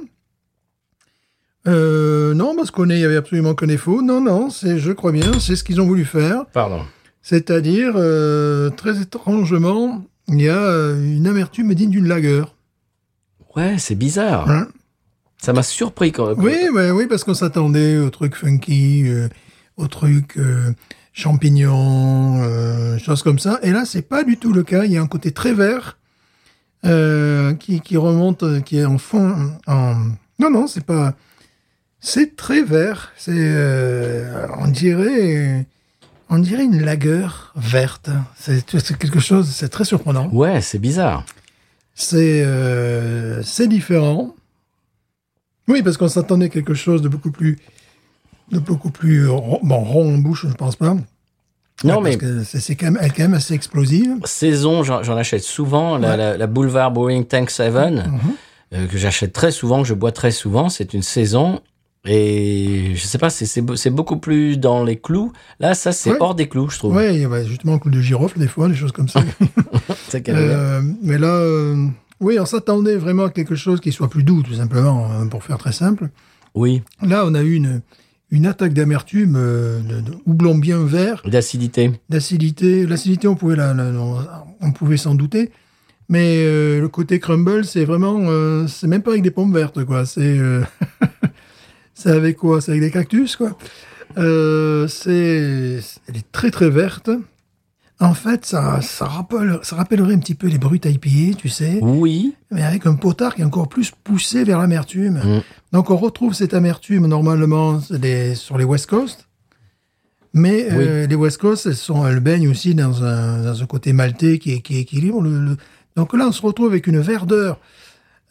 B: Euh, non, parce qu'on est, il y avait absolument qu'un défaut. Non, non, c'est, je crois bien, c'est ce qu'ils ont voulu faire.
A: Pardon.
B: C'est-à-dire, euh, très étrangement, il y a euh, une amertume digne d'une lagueur.
A: Ouais, c'est bizarre.
B: Hein.
A: Ça m'a surpris quand.
B: Oui, ouais, oui, parce qu'on s'attendait au truc funky, euh, au truc euh, champignons, euh, choses comme ça. Et là, c'est pas du tout le cas. Il y a un côté très vert euh, qui, qui remonte, euh, qui est en fond. En... Non, non, c'est pas. C'est très vert. C'est, euh, on dirait, on dirait une lagueur verte. C'est c'est quelque chose. C'est très surprenant.
A: Ouais, c'est bizarre.
B: C'est euh, c'est différent. Oui, parce qu'on s'attendait à quelque chose de beaucoup plus de beaucoup plus euh, rond, bon rond en bouche, je pense pas.
A: Non,
B: Ouais, parce
A: mais.
B: que c'est c'est quand même elle est quand même assez explosive.
A: saison, j'en j'en achète souvent. La, la- la Boulevard Brewing Tank 7, euh, que j'achète très souvent, que je bois très souvent, c'est une saison. Et je sais pas, c'est- c'est be- c'est beaucoup plus dans les clous. Là, ça, c'est
B: Ouais.
A: hors des clous, je trouve.
B: Ouais, il y a, bah, justement le coup de girofle des fois, des choses comme ça.
A: C'est qu'elle est bien.
B: Euh, mais là, euh, Oui, on s'attendait vraiment à quelque chose qui soit plus doux, tout simplement, hein, pour faire très simple.
A: Oui,
B: Là, on a eu une, une attaque d'amertume, euh, de, de houblon bien vert,
A: d'acidité.
B: d'acidité. L'acidité, on pouvait la, la- on, on pouvait s'en douter. Mais euh, le côté crumble, c'est vraiment, euh, c'est même pas avec des pommes vertes, quoi. C'est, euh, c'est avec quoi C'est avec des cactus, quoi. Euh, c'est, elle est très très verte. En fait, ça, ça rappelle, ça rappellerait un petit peu les brutes IPA, E, tu sais
A: Oui,
B: mais avec un potard qui est encore plus poussé vers l'amertume.
A: Mm.
B: Donc on retrouve cette amertume normalement c'est des- sur les West Coast, mais euh, les West Coast, elles, sont, elles baignent aussi dans un, dans un côté maltais qui, est- qui équilibre. Le, le- Donc là, on se retrouve avec une verdeur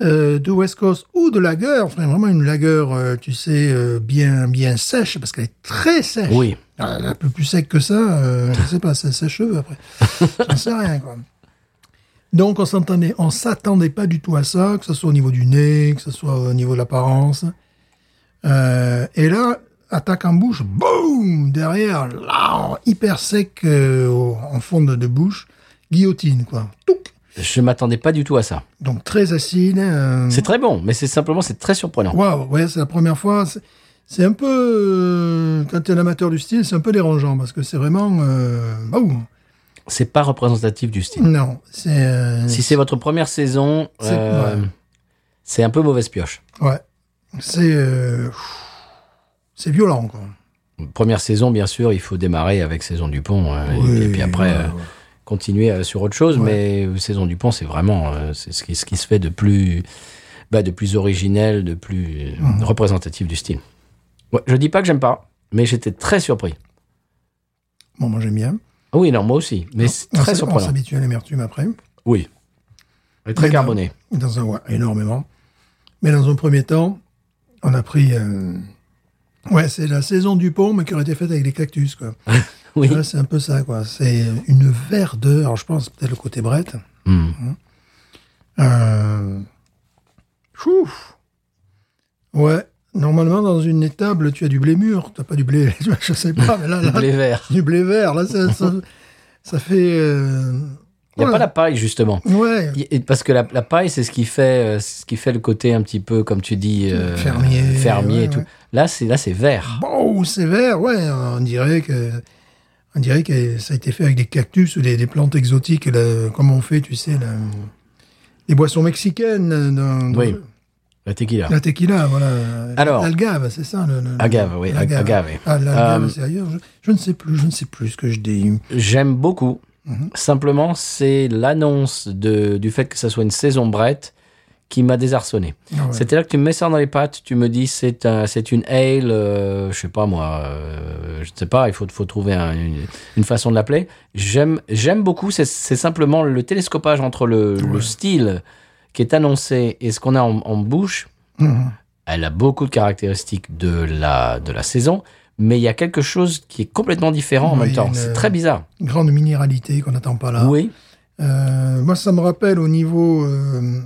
B: euh, de West Coast ou de lager, enfin, vraiment une lager, euh, tu sais, euh, bien, bien sèche, parce qu'elle est très sèche.
A: oui.
B: Ah, Un peu plus sec que ça, euh, je sais pas, ça sèche-cheveux après. J'en sais rien, quoi. Donc, on s'entendait, on s'attendait pas du tout à ça, que ce soit au niveau du nez, que ce soit au niveau de l'apparence. Euh, et là, attaque en bouche, boum, derrière, là, hyper sec euh, au- en fond de, de bouche, guillotine, quoi. Touc.
A: Je m'attendais pas du tout à ça.
B: Donc, très acide. euh,
A: C'est très bon, mais c'est simplement, c'est très surprenant.
B: Waouh, ouais, c'est la première fois. C'est- C'est un peu. euh, quand tu es un amateur du style, c'est un peu dérangeant parce que c'est vraiment. Euh, waouh.
A: C'est pas représentatif du style.
B: Non, c'est. euh,
A: Si c'est votre première saison,
B: C'est-
A: euh,
B: ouais.
A: c'est un peu mauvaise pioche.
B: Ouais. C'est. euh, c'est violent, quoi.
A: Première saison, bien sûr, il faut démarrer avec Saison du Pont, euh, et- et,
B: Oui,
A: puis après
B: ouais,
A: euh,
B: ouais.
A: continuer euh, sur autre chose. Mais euh, Saison du Pont, c'est vraiment euh, c'est ce, qui, ce qui se fait de plus, bah, de plus originel, de plus euh,
B: Mm.
A: représentatif du style. Ouais, je dis pas que j'aime pas, mais j'étais très surpris.
B: Bon, moi j'aime bien.
A: Ah Oui, non, moi aussi, mais c'est
B: On
A: très
B: s- On
A: surprenant.
B: s'habitue à l'amertume après.
A: Oui. Et très
B: Mais
A: carboné.
B: Dans un. Ouais, énormément. Mais dans un premier temps, on a pris. euh, ouais, c'est la saison du pont, mais qui aurait été faite avec des cactus, quoi.
A: Oui.
B: Là, c'est un peu ça, quoi. C'est une verdeur, je pense, peut-être le côté brette.
A: Hmm.
B: Euh... Chouf Ouais, normalement dans une étable, tu as du blé mûr, t'as pas du blé, tu vois, je sais pas, mais là, là,
A: Les verts.
B: du blé vert, là, ça, ça, ça fait... euh,
A: Il n'y a
B: voilà.
A: pas la paille, justement.
B: Ouais,
A: Y- et Parce que la, la paille, c'est ce qui fait, euh, ce qui fait le côté un petit peu, comme tu dis, euh,
B: Fermier,
A: fermier
B: ouais,
A: et tout.
B: ouais.
A: Là, c'est là, c'est vert.
B: bon, c'est vert, ouais, on dirait que... On dirait que ça a été fait avec des cactus ou des, des plantes exotiques, là, comme on fait, tu sais, là, les boissons mexicaines, euh, dans, dans
A: Oui. La tequila.
B: la tequila, voilà.
A: Alors.
B: L'algave, c'est ça le, le- le-
A: Agave, oui, ag-
B: l'agave.
A: agave, oui.
B: Ah, l'algave,
A: Euh,
B: c'est ailleurs. Je, je ne sais plus, je ne sais plus ce que je dis.
A: J'aime beaucoup.
B: Mm-hmm.
A: Simplement, c'est l'annonce de- du fait que ça soit une saison brette qui m'a désarçonné.
B: Ah ouais.
A: C'est-à-dire que tu me mets ça dans les pattes, tu me dis c'est un, c'est une ale, euh, je sais pas moi, euh, je sais pas, il faut, faut trouver un- une, une façon de l'appeler. J'aime, j'aime beaucoup, c'est, c'est simplement le télescopage entre le, le style qui est annoncé et ce qu'on a en, en bouche.
B: Mhm.
A: Elle a beaucoup de caractéristiques de la, de la saison, mais il y a quelque chose qui est complètement différent en
B: Oui,
A: même temps.
B: une- ah,
A: C'est très bizarre.
B: Grande minéralité qu'on n'attend pas là.
A: Oui,
B: Euh, moi, ça me rappelle au niveau, euh,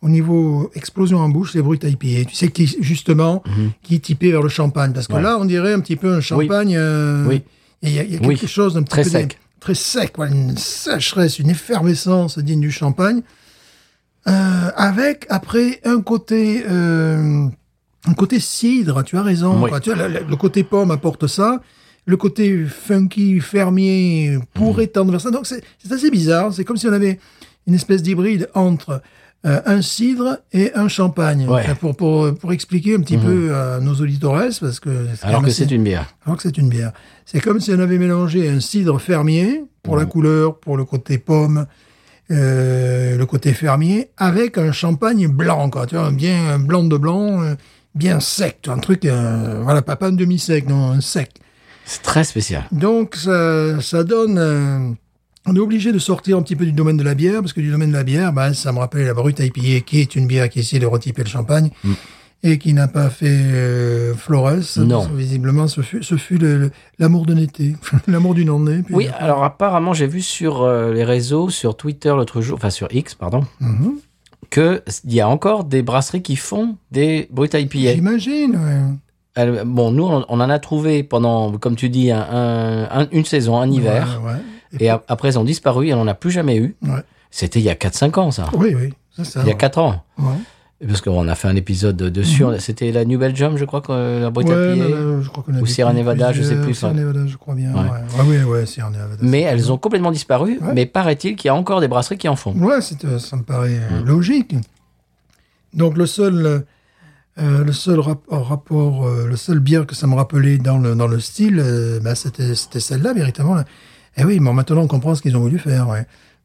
B: au niveau explosion en bouche, les bruits IPA. Tu sais qui, justement, qui est typé vers le champagne. Parce que
A: Mhm. Ouais.
B: là, on dirait un petit peu un champagne. euh,
A: Oui.
B: Il y a, il y a quelque
A: Oui.
B: chose d'un petit
A: Très
B: peu
A: sec.
B: très sec, voilà, une sécheresse, une effervescence digne du champagne. Euh, avec après un côté euh, un côté cidre, tu as raison.
A: Oui.
B: quoi. Tu vois, le, le- le côté pomme apporte ça. Le côté funky, fermier,
A: Mhm.
B: pourrait tendre vers ça. Donc c'est c'est assez bizarre. C'est comme si on avait une espèce d'hybride entre euh, un cidre et un champagne.
A: Ouais. Mhm.
B: Enfin, Pour, pour, pour expliquer un petit peu à nos auditores, parce que quand
A: alors que
B: même assez-
A: c'est une bière.
B: alors que c'est une bière. C'est comme si on avait mélangé un cidre fermier, pour la couleur, pour le côté pomme, euh, le côté fermier, avec un champagne blanc, quoi. Tu vois, bien un blanc de blanc, euh, bien sec. tu vois, Un truc, euh, voilà, pas, pas un demi-sec, non, un sec.
A: C'est très spécial.
B: Donc, ça, ça donne... euh, on est obligé de sortir un petit peu du domaine de la bière, parce que du domaine de la bière, bah, ça me rappelait la Brute IPA, qui est une bière qui essaie de retyper le champagne,
A: Mm.
B: et qui n'a pas fait euh, Flores.
A: Non.
B: Parce que visiblement, ce fut, ce fut le- le- l'amour de l'été, l'amour du non né
A: Oui, alors apparemment, j'ai vu sur euh, les réseaux, sur Twitter l'autre jour, enfin sur X, pardon,
B: euh, mhm.
A: que s- il y a encore des brasseries qui font des brut IPA.
B: J'imagine, ouais.
A: Elles- Bon, nous, on, on en a trouvé pendant, comme tu dis, un- un- un- une saison, un hiver,
B: Ouais, ouais.
A: et a- après, elles ont disparu et on n'en a plus jamais eu.
B: Ouais.
A: C'était il y a 4-5 ans, ça.
B: Oui, oui, c'est ça.
A: Il y a
B: ouais.
A: 4 ans.
B: Ouais.
A: Parce qu'on a fait un épisode dessus. on- C'était la New Belgium, je crois, que euh, la boîte à
B: Mhm. Ouais,
A: pied.
B: là, là, je crois qu'on a
A: Ou
B: vécu
A: Sierra Nevada, je sais
B: plusieurs-
A: plus,
B: euh, Sierra
A: ouais.
B: Nevada, je crois bien.
A: Ouais.
B: Ouais, ouais, ouais, ouais, Sierra Nevada.
A: Mais elles ont complètement disparu.
B: Ouais.
A: Mais paraît-il qu'il y a encore des brasseries qui en font.
B: Ouais, c'est, euh, ça me paraît euh, logique. Donc le seul, euh, euh, le seul rap- rapport, euh, le seul bière que ça me rappelait dans le, dans le style, euh, bah, c'était, c'était celle-là, véritablement. Et oui, mais maintenant on comprend ce qu'ils ont voulu faire. ouais.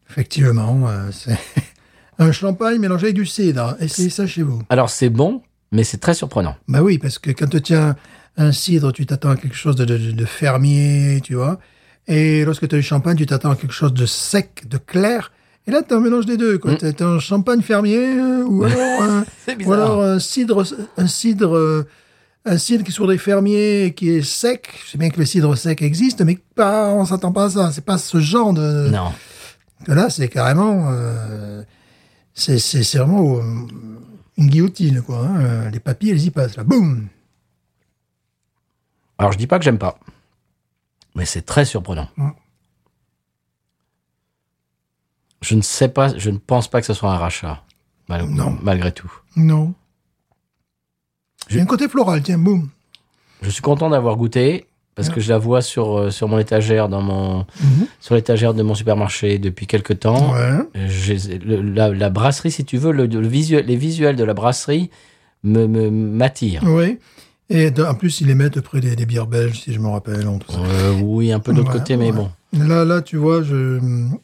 B: Effectivement, euh, c'est un champagne mélangé avec du cidre. Essayez ça chez vous.
A: Alors c'est bon, mais c'est très surprenant.
B: Bah oui, parce que quand tu tiens un cidre, tu t'attends à quelque chose de, de- de fermier, tu vois. Et lorsque tu as du champagne, tu t'attends à quelque chose de sec, de clair. Et là, tu as un mélange des deux. quoi. T'as- T'as un champagne fermier euh, ou alors, un,
A: C'est
B: ou alors un cidre, un cidre, euh, un cidre qui est sur des fermiers et qui est sec. Je sais bien que le cidre sec existe, mais pas, on s'attend pas à ça. C'est pas ce genre de.
A: Non.
B: Que là, c'est carrément, euh, c'est c'est- c'est vraiment euh, une guillotine, quoi. hein. Euh, Les papiers, ils y passent, là. Boum
A: Alors je dis pas que j'aime pas, mais c'est très surprenant.
B: Mm.
A: Je ne sais pas, je ne pense pas que ce soit un rachat, mal-
B: Non.
A: malgré tout.
B: Non. J'ai un côté floral, tiens, boum.
A: Je suis content d'avoir goûté parce
B: Mm.
A: que je la vois sur euh, sur mon étagère dans mon
B: Mhm.
A: sur l'étagère de mon supermarché depuis quelque temps.
B: Ouais.
A: J'ai- le- la, la brasserie, si tu veux, le, le visuel, les visuels de la brasserie me me- m'attirent.
B: Oui. Et de- en plus, ils les mettent près des, des bières belges, si je me rappelle. en tout ça.
A: Euh, oui, un peu d'autre
B: Mm. Ouais,
A: côté, mais
B: ouais.
A: bon.
B: Là, là, tu vois, je,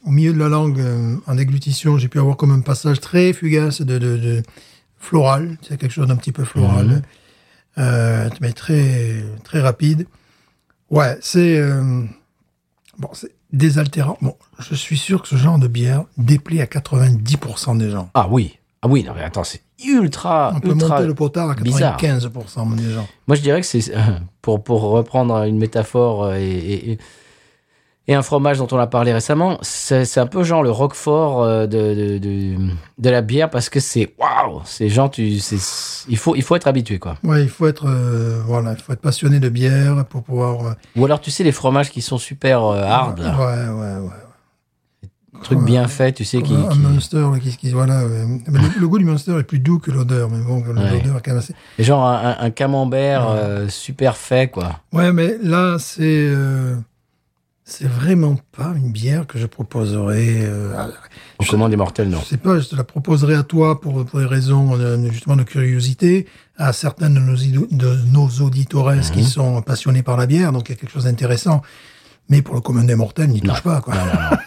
B: au milieu de la langue, euh, en déglutition, j'ai pu avoir comme un passage très fugace de, de, de floral. C'est quelque chose d'un petit peu floral. Euh, mais très, très rapide. Ouais, c'est. euh, bon, c'est désaltérant. Bon, je suis sûr que ce genre de bière déplaît à 90% des gens.
A: Ah oui, ah oui, non mais attends, c'est ultra
B: On peut
A: Ah, ultra
B: monter le potard à
A: bizarre.
B: 95% des gens.
A: Moi, je dirais que c'est euh, pour pour reprendre une métaphore euh, et, et- et un fromage dont on a parlé récemment, c'est c'est un peu genre le Roquefort euh, de de, de, de la bière parce que c'est waouh, c'est genre tu c'est il faut il faut être habitué quoi.
B: Ouais, il faut être euh, voilà, il faut être passionné de bière pour pouvoir. euh,
A: Ou alors tu sais les fromages qui sont super euh, hard, là,
B: ouais, ouais, ouais.
A: truc bien fait, tu sais qui,
B: Comme un
A: qui-
B: Monster, là, qui, qui- voilà. ouais. Mais le, le goût du Monster est plus doux que l'odeur, mais bon,
A: Ouais.
B: l'odeur est quand même assez.
A: genre un, un- un camembert euh, super fait quoi.
B: Ouais, mais là, c'est euh, c'est vraiment pas une bière que je proposerais. euh, à-
A: On
B: Je-
A: commande des mortels non.
B: Je sais pas, je te la proposerai à toi pour, pour des raisons euh, justement de curiosité, à certains de nos, ido- de nos auditores qui
A: Mhm.
B: sont passionnés par la bière, donc il y a quelque chose d'intéressant. Mais pour le commun des mortels, n'y touche pas, quoi.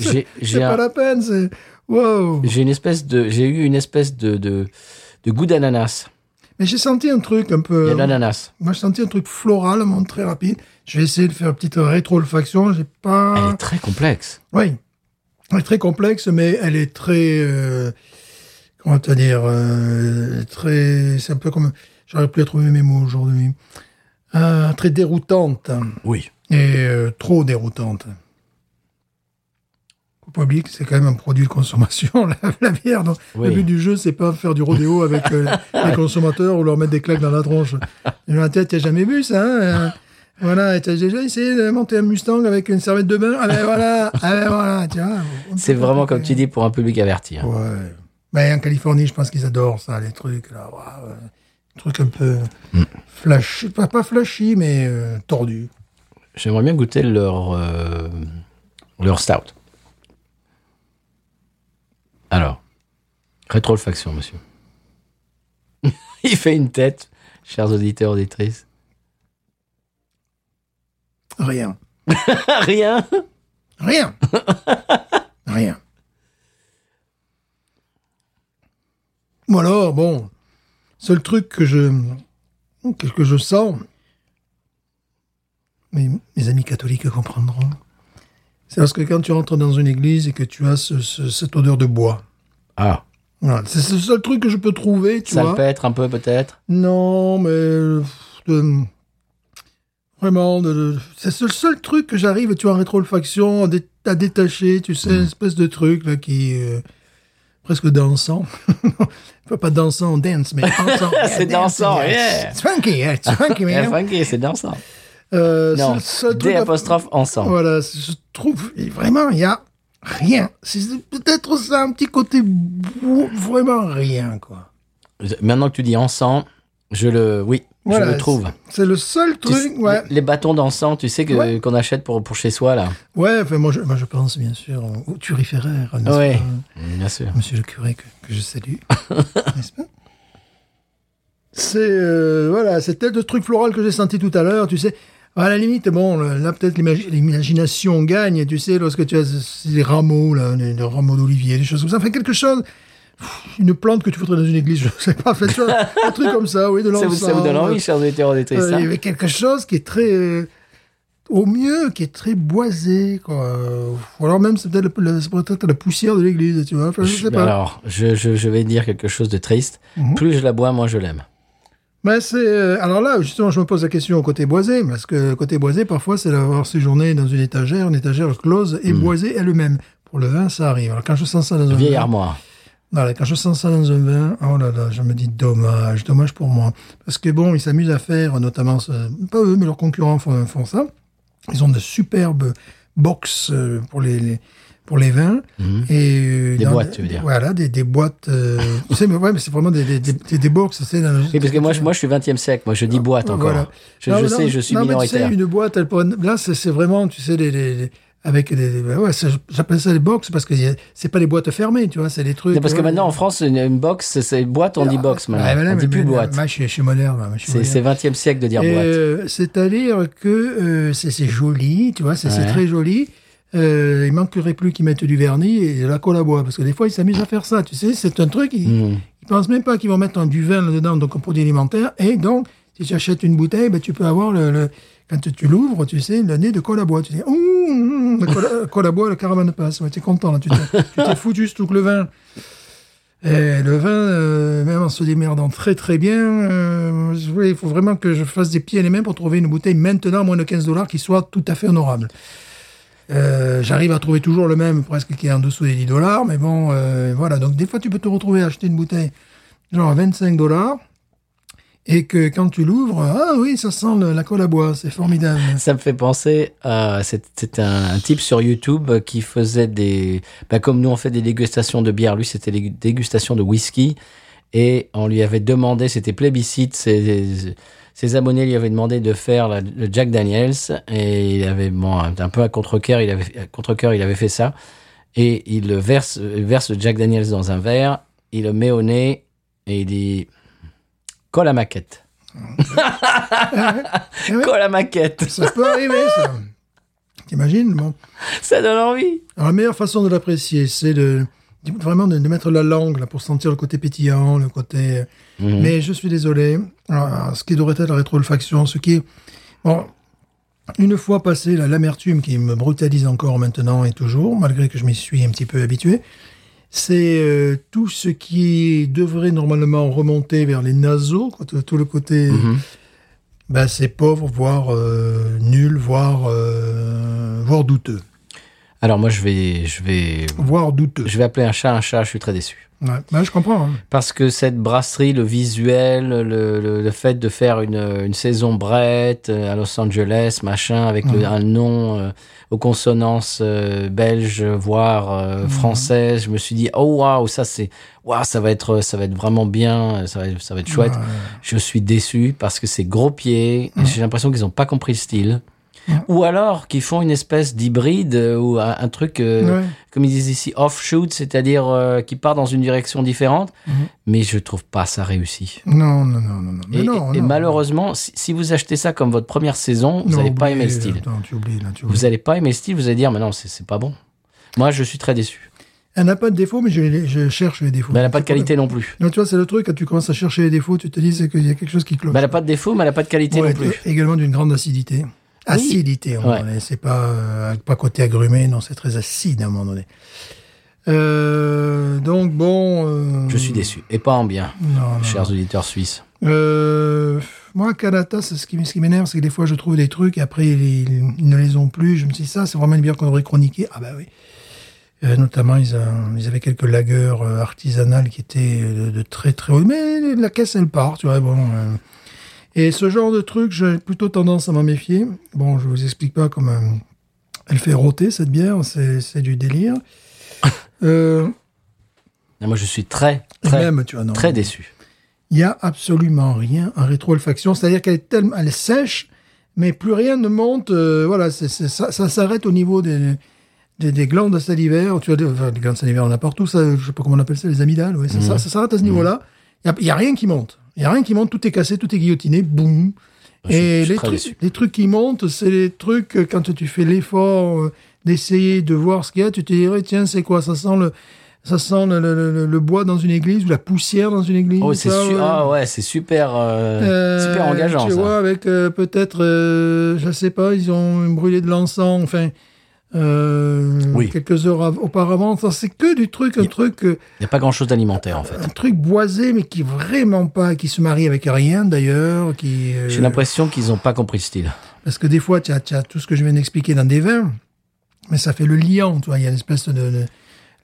A: J'ai
B: C'est
A: j'ai
B: pas
A: un-
B: la peine, c'est... Wow
A: j'ai une espèce de j'ai eu une espèce de de, de goût d'ananas.
B: Mais j'ai senti un truc un
A: Il y
B: peu...
A: a de l'ananas.
B: Moi, j'ai senti un truc floral, mais très rapide. Je vais essayer de faire une petite rétro-olfaction, j'ai pas...
A: Elle est très complexe.
B: Oui. Elle est très complexe, mais elle est très. euh, comment te dire euh, Très. C'est un peu comme. J'arrive plus à trouver mes mots aujourd'hui. Euh, très déroutante.
A: Oui.
B: Et euh, trop déroutante. Faut pas oublier que c'est quand même un produit de consommation, la, la bière. donc
A: Oui.
B: Le but du jeu, c'est pas faire du rodéo avec euh, les consommateurs ou leur mettre des claques dans la tronche. Ils ont la tête, t'as jamais vu ça hein euh, Voilà, et t'as déjà essayé de monter un Mustang avec une serviette de bain Ah ben voilà, ah ben voilà, tu vois. on
A: C'est
B: peut pas
A: vraiment,
B: faire-
A: comme tu dis, pour un public averti. hein.
B: Ouais. Mais en Californie, je pense qu'ils adorent ça, les trucs là. waouh, euh, trucs un peu
A: Mm.
B: flashy, pas, pas flashy, mais euh, tordus.
A: J'aimerais bien goûter leur, euh, leur stout. Alors, rétrofaction, monsieur. Il fait une tête, chers auditeurs, auditrices.
B: Rien. Ah,
A: Rien
B: Rien. Rien. Ou alors, bon, seul truc que je, que que je sens, mes, mes amis catholiques comprendront, c'est parce que quand tu rentres dans une église et que tu as ce- ce- cette odeur de bois,
A: Ah,
B: Voilà, c'est le seul truc que je peux trouver, tu vois.
A: salpêtre un peu peut-être
B: Non, mais euh, pff, de- vraiment, de- de- c'est le seul truc que j'arrive, tu vois, en rétro-olfaction, à, dé- à détacher, tu sais,
A: Mm.
B: une espèce de truc là qui euh, presque dansant. Enfin, pas dansant, dance, mais dansant.
A: C'est dansant, yeah.
B: It's funky, yeah, it's funky,
A: Eh,
B: man.
A: Frankie, c'est dansant.
B: Euh, c'est
A: Non,
B: le seul
A: des
B: truc à-
A: apostrophes ensemble.
B: voilà, je trouve et vraiment, il y a Rien. C'est peut-être ça, un petit côté bou- vraiment rien, quoi.
A: Maintenant que tu dis encens, je le, oui, je
B: Voilà,
A: le trouve.
B: C'est le seul
A: Tu sais,
B: truc, ouais.
A: Les bâtons d'encens, tu sais que
B: Ouais.
A: qu'on achète pour pour chez soi là.
B: Ouais, enfin, moi, je, moi, je pense, bien sûr, au Thierry Ferrer, n'est-ce
A: Ouais.
B: pas
A: Bien sûr.
B: Monsieur le curé que, que je salue, n'est-ce pas C'est, euh, voilà, c'est peut-être le truc floral que j'ai senti tout à l'heure, tu sais. À la limite, bon, là, peut-être l'imagi- l'imagination gagne, tu sais, lorsque tu as ces- ces rameaux, là, des, des rameaux d'olivier, des choses comme ça. Enfin, quelque chose, pff, une plante que tu foutrais dans une église, je sais pas, faites ça, un truc comme ça, oui, de
A: Ça
B: l'encens.
A: vous, ça vous donne envie, chers auditeurs hein d'été,
B: Euh,
A: ça
B: Il y avait quelque chose qui est très, euh, au mieux, qui est très boisé, quoi. Euh, Ou alors même, c'est peut-être la, c'est peut-être la poussière de l'église, tu vois. Enfin, je sais
A: Ben
B: pas. Mhm.
A: Alors, je, je, je vais dire quelque chose de triste. Plus je la bois, moins je l'aime.
B: Mais c'est, euh, alors là, justement, je me pose la question au côté boisé, parce que côté boisé, parfois, c'est d'avoir séjourné dans une étagère, une étagère close et boisée elle-même. Pour le vin, ça arrive. Alors quand je sens ça dans un
A: Hmm. Vieille
B: vin,
A: armoire.
B: Voilà, quand je sens ça dans un vin, oh là là, je me dis dommage, dommage pour moi. Parce que bon, ils s'amusent à faire, notamment, ce- pas eux, mais leurs concurrents font, font ça. Ils ont de superbes box euh, pour les, les- pour les vins. Et, euh,
A: Mhm. Des
B: dans-
A: boîtes, tu veux dire.
B: Voilà, des, des boîtes. euh, tu sais, mais ouais, mais c'est vraiment des, des, des, des- des box. C'est dans-
A: Oui, parce que moi, je, moi, je suis 20e siècle. Moi, je dis boîte encore.
B: Voilà.
A: Je,
B: Non,
A: je
B: mais
A: sais,
B: non,
A: je suis
B: non, mais tu sais,
A: minoritaire.
B: une boîte, elle pourrait- là, c'est c'est vraiment, tu sais, les, les- les- avec des. Ouais, c'est- j'appelle ça des box parce que y a- c'est pas des boîtes fermées, tu vois, c'est des trucs.
A: C'est parce que
B: ouais. Ah,
A: maintenant, en France, une, une box, c'est- c'est boîte, on dit box maintenant.
B: euh, Ouais, voilà,
A: on dit
B: mais-
A: plus
B: mais-
A: boîte.
B: Moi, je suis- je suis moderne. moi, je suis
A: C'est
B: moderne.
A: c'est 20e siècle de dire
B: Et,
A: boîte.
B: euh, C'est-à-dire que euh, c'est c'est joli, tu vois, c'est c'est
A: Ouais.
B: très joli. Euh, il manquerait plus qu'ils mettent du vernis et de la colle à bois, parce que des fois ils s'amusent à faire ça, tu sais, c'est un truc, ils,
A: Hmm.
B: ils pensent même pas qu'ils vont mettre un- du vin là-dedans, donc un produit alimentaire, et donc si tu achètes une bouteille, ben, tu peux avoir le, le- quand tu- tu l'ouvres, tu sais, le nez de colle à bois, tu dis, ouh, hum, ouh, ouh, la colle, à- colle à bois, le caravane passe, ouais, t'es content, là, tu t'es tu t'es foutu ce truc, le vin. Et Eh, le vin, euh, même en se démerdant très très bien, euh, je voulais- il faut vraiment que je fasse des pieds et les mains pour trouver une bouteille maintenant à moins de 15 dollars qui soit tout à fait honorable. Euh, J'arrive à trouver toujours le même, presque qui est en dessous des 10 dollars, mais bon, euh, voilà. Donc des fois, tu peux te retrouver à acheter une bouteille genre à 25 dollars et que quand tu l'ouvres, ah oui, ça sent le- la colle à bois, c'est formidable.
A: Ça me fait penser à. c'est- C'était un, un type sur YouTube qui faisait des. bah, comme nous, on fait des dégustations de bière. Lui, c'était des dégustations de whisky. Et on lui avait demandé, c'était plébiscite, ses, ses abonnés lui avaient demandé de faire la- le Jack Daniels. Et il avait, bon, un un peu à contre-coeur, il, avait- à contre-cœur, il avait fait ça. Et il le verse, il verse le Jack Daniels dans un verre, il le met au nez et il dit Colle à maquette.
B: ouais.
A: Colle à maquette.
B: ça peut arriver, ça. T'imagines bon.
A: Ça donne envie.
B: Alors, la meilleure façon de l'apprécier, c'est de, de- vraiment de, de mettre la langue là, pour sentir le côté pétillant, le côté.
A: Mhm.
B: Mais je suis désolé. Alors, alors, ce qui devrait être la rétro-olfaction, ce qui est. Bon, une fois passé la- l'amertume qui me brutalise encore maintenant et toujours, malgré que je m'y suis un petit peu habitué, c'est euh, tout ce qui devrait normalement remonter vers les naseaux, quoi, tout, tout le côté.
A: Mhm.
B: Ben, c'est pauvre, voire euh, nul, voire, euh, voire douteux.
A: Alors moi je vais je vais
B: Voire douteux.
A: je vais appeler un chat un chat, je suis très déçu.
B: Ouais, bah, je comprends. hein.
A: Parce que cette brasserie, le visuel, le, le, le fait de faire une, une saison brette euh, à Los Angeles, machin, avec le- un nom euh, aux consonances euh, belges, voire euh, françaises, je me suis dit oh waouh ça c'est waouh ça va être ça va être vraiment bien, ça va être, ça va être chouette. Je suis déçu parce que c'est gros pieds.
B: Mm.
A: et J'ai l'impression qu'ils n'ont pas compris le style. Ou alors qu'ils font une espèce d'hybride euh, ou un, un truc, euh,
B: Ouais.
A: comme ils disent ici, offshoot, c'est-à-dire euh, qui part dans une direction différente.
B: Mm.
A: Mais je trouve pas ça réussi.
B: Non, non, non, non, non. Mais
A: Et,
B: non,
A: et- et
B: non.
A: malheureusement, si, si vous achetez ça comme votre première saison, vous
B: Non,
A: n'allez pas
B: oublie,
A: aimer le style.
B: attends, tu oublies, là, tu oublies.
A: Vous n'allez pas aimer le style, vous allez dire, mais non, c'est- c'est pas bon. Moi, je suis très déçu.
B: Elle n'a pas de défaut, mais je, les- je cherche les défauts.
A: Mais elle n'a pas
B: C'est
A: de qualité non plus.
B: Non, tu vois, c'est le truc, quand tu commences à chercher les défauts, tu te dis c'est qu'il y a quelque chose qui cloche.
A: Mais elle n'a pas de défaut, mais elle n'a pas de qualité
B: Ouais,
A: non plus.
B: euh, Également d'une grande acidité. Acidité, on
A: Ouais.
B: C'est pas, euh, pas côté agrumé, non, c'est très acide à un moment donné. Euh, donc bon. euh,
A: Je suis déçu. Et pas en bien,
B: Non, non.
A: chers auditeurs suisses.
B: Euh, moi, Kanata, c'est ce qui, ce qui m'énerve, c'est que des fois, je trouve des trucs, et après, ils, ils ne les ont plus. Je me dis, ça, c'est vraiment une bière qu'on devrait chroniquer. Ah bah oui. Euh, notamment, ils, ont- ils avaient quelques lagueurs euh, artisanales qui étaient euh, de, de très très haut. Mais la caisse, elle part, tu vois, bon... euh. Et ce genre de truc, j'ai plutôt tendance à m'en méfier. Bon, je vous explique pas comme... euh, Elle fait rôter cette bière, c'est c'est du délire. Euh,
A: Et Moi, je suis très,
B: et
A: très,
B: même, tu vois, non.
A: très déçu.
B: Il n'y a absolument rien en rétro-olfaction. C'est-à-dire qu'elle est tellement, elle est sèche, mais plus rien ne monte. euh, voilà, c'est- c'est- ça, ça s'arrête au niveau des, des, des glandes salivaires. Tu vois, des, enfin, des glandes salivaires, on a partout. Ça, je sais pas comment on appelle ça, les amygdales. Ouais, c'est ça,
A: Mhm.
B: ça s'arrête à ce niveau-là. Il n'y a, rien qui monte. Il n'y a rien qui monte. Tout est cassé, tout est guillotiné. Boum.
A: Ah, je suis- je
B: Et
A: suis
B: les
A: très
B: trucs,
A: déçu.
B: les trucs qui montent, c'est les trucs euh, quand tu fais l'effort euh, d'essayer de voir ce qu'il y a, tu te dirais tiens c'est quoi ça sent le ça sent le, le- le- le bois dans une église ou la poussière dans une église.
A: Oh, c'est
B: ça,
A: su-
B: ouais.
A: ah ouais, c'est super, euh,
B: Euh,
A: super engageant.
B: Tu
A: ça.
B: vois avec euh, peut-être euh, je sais pas ils ont brûlé de l'encens enfin euh,
A: Oui.
B: quelques heures av- auparavant ça c'est que du truc un
A: Y-
B: truc euh,
A: Il n'y a pas grand chose d'alimentaire en fait.
B: un truc boisé mais qui vraiment pas qui se marie avec rien d'ailleurs qui euh,
A: J'ai l'impression qu'ils n'ont pas compris le style.
B: Parce que des fois, tu as, tu as tout ce que je viens d'expliquer dans des vins, mais ça fait le liant, tu vois. Il y a une espèce de. de-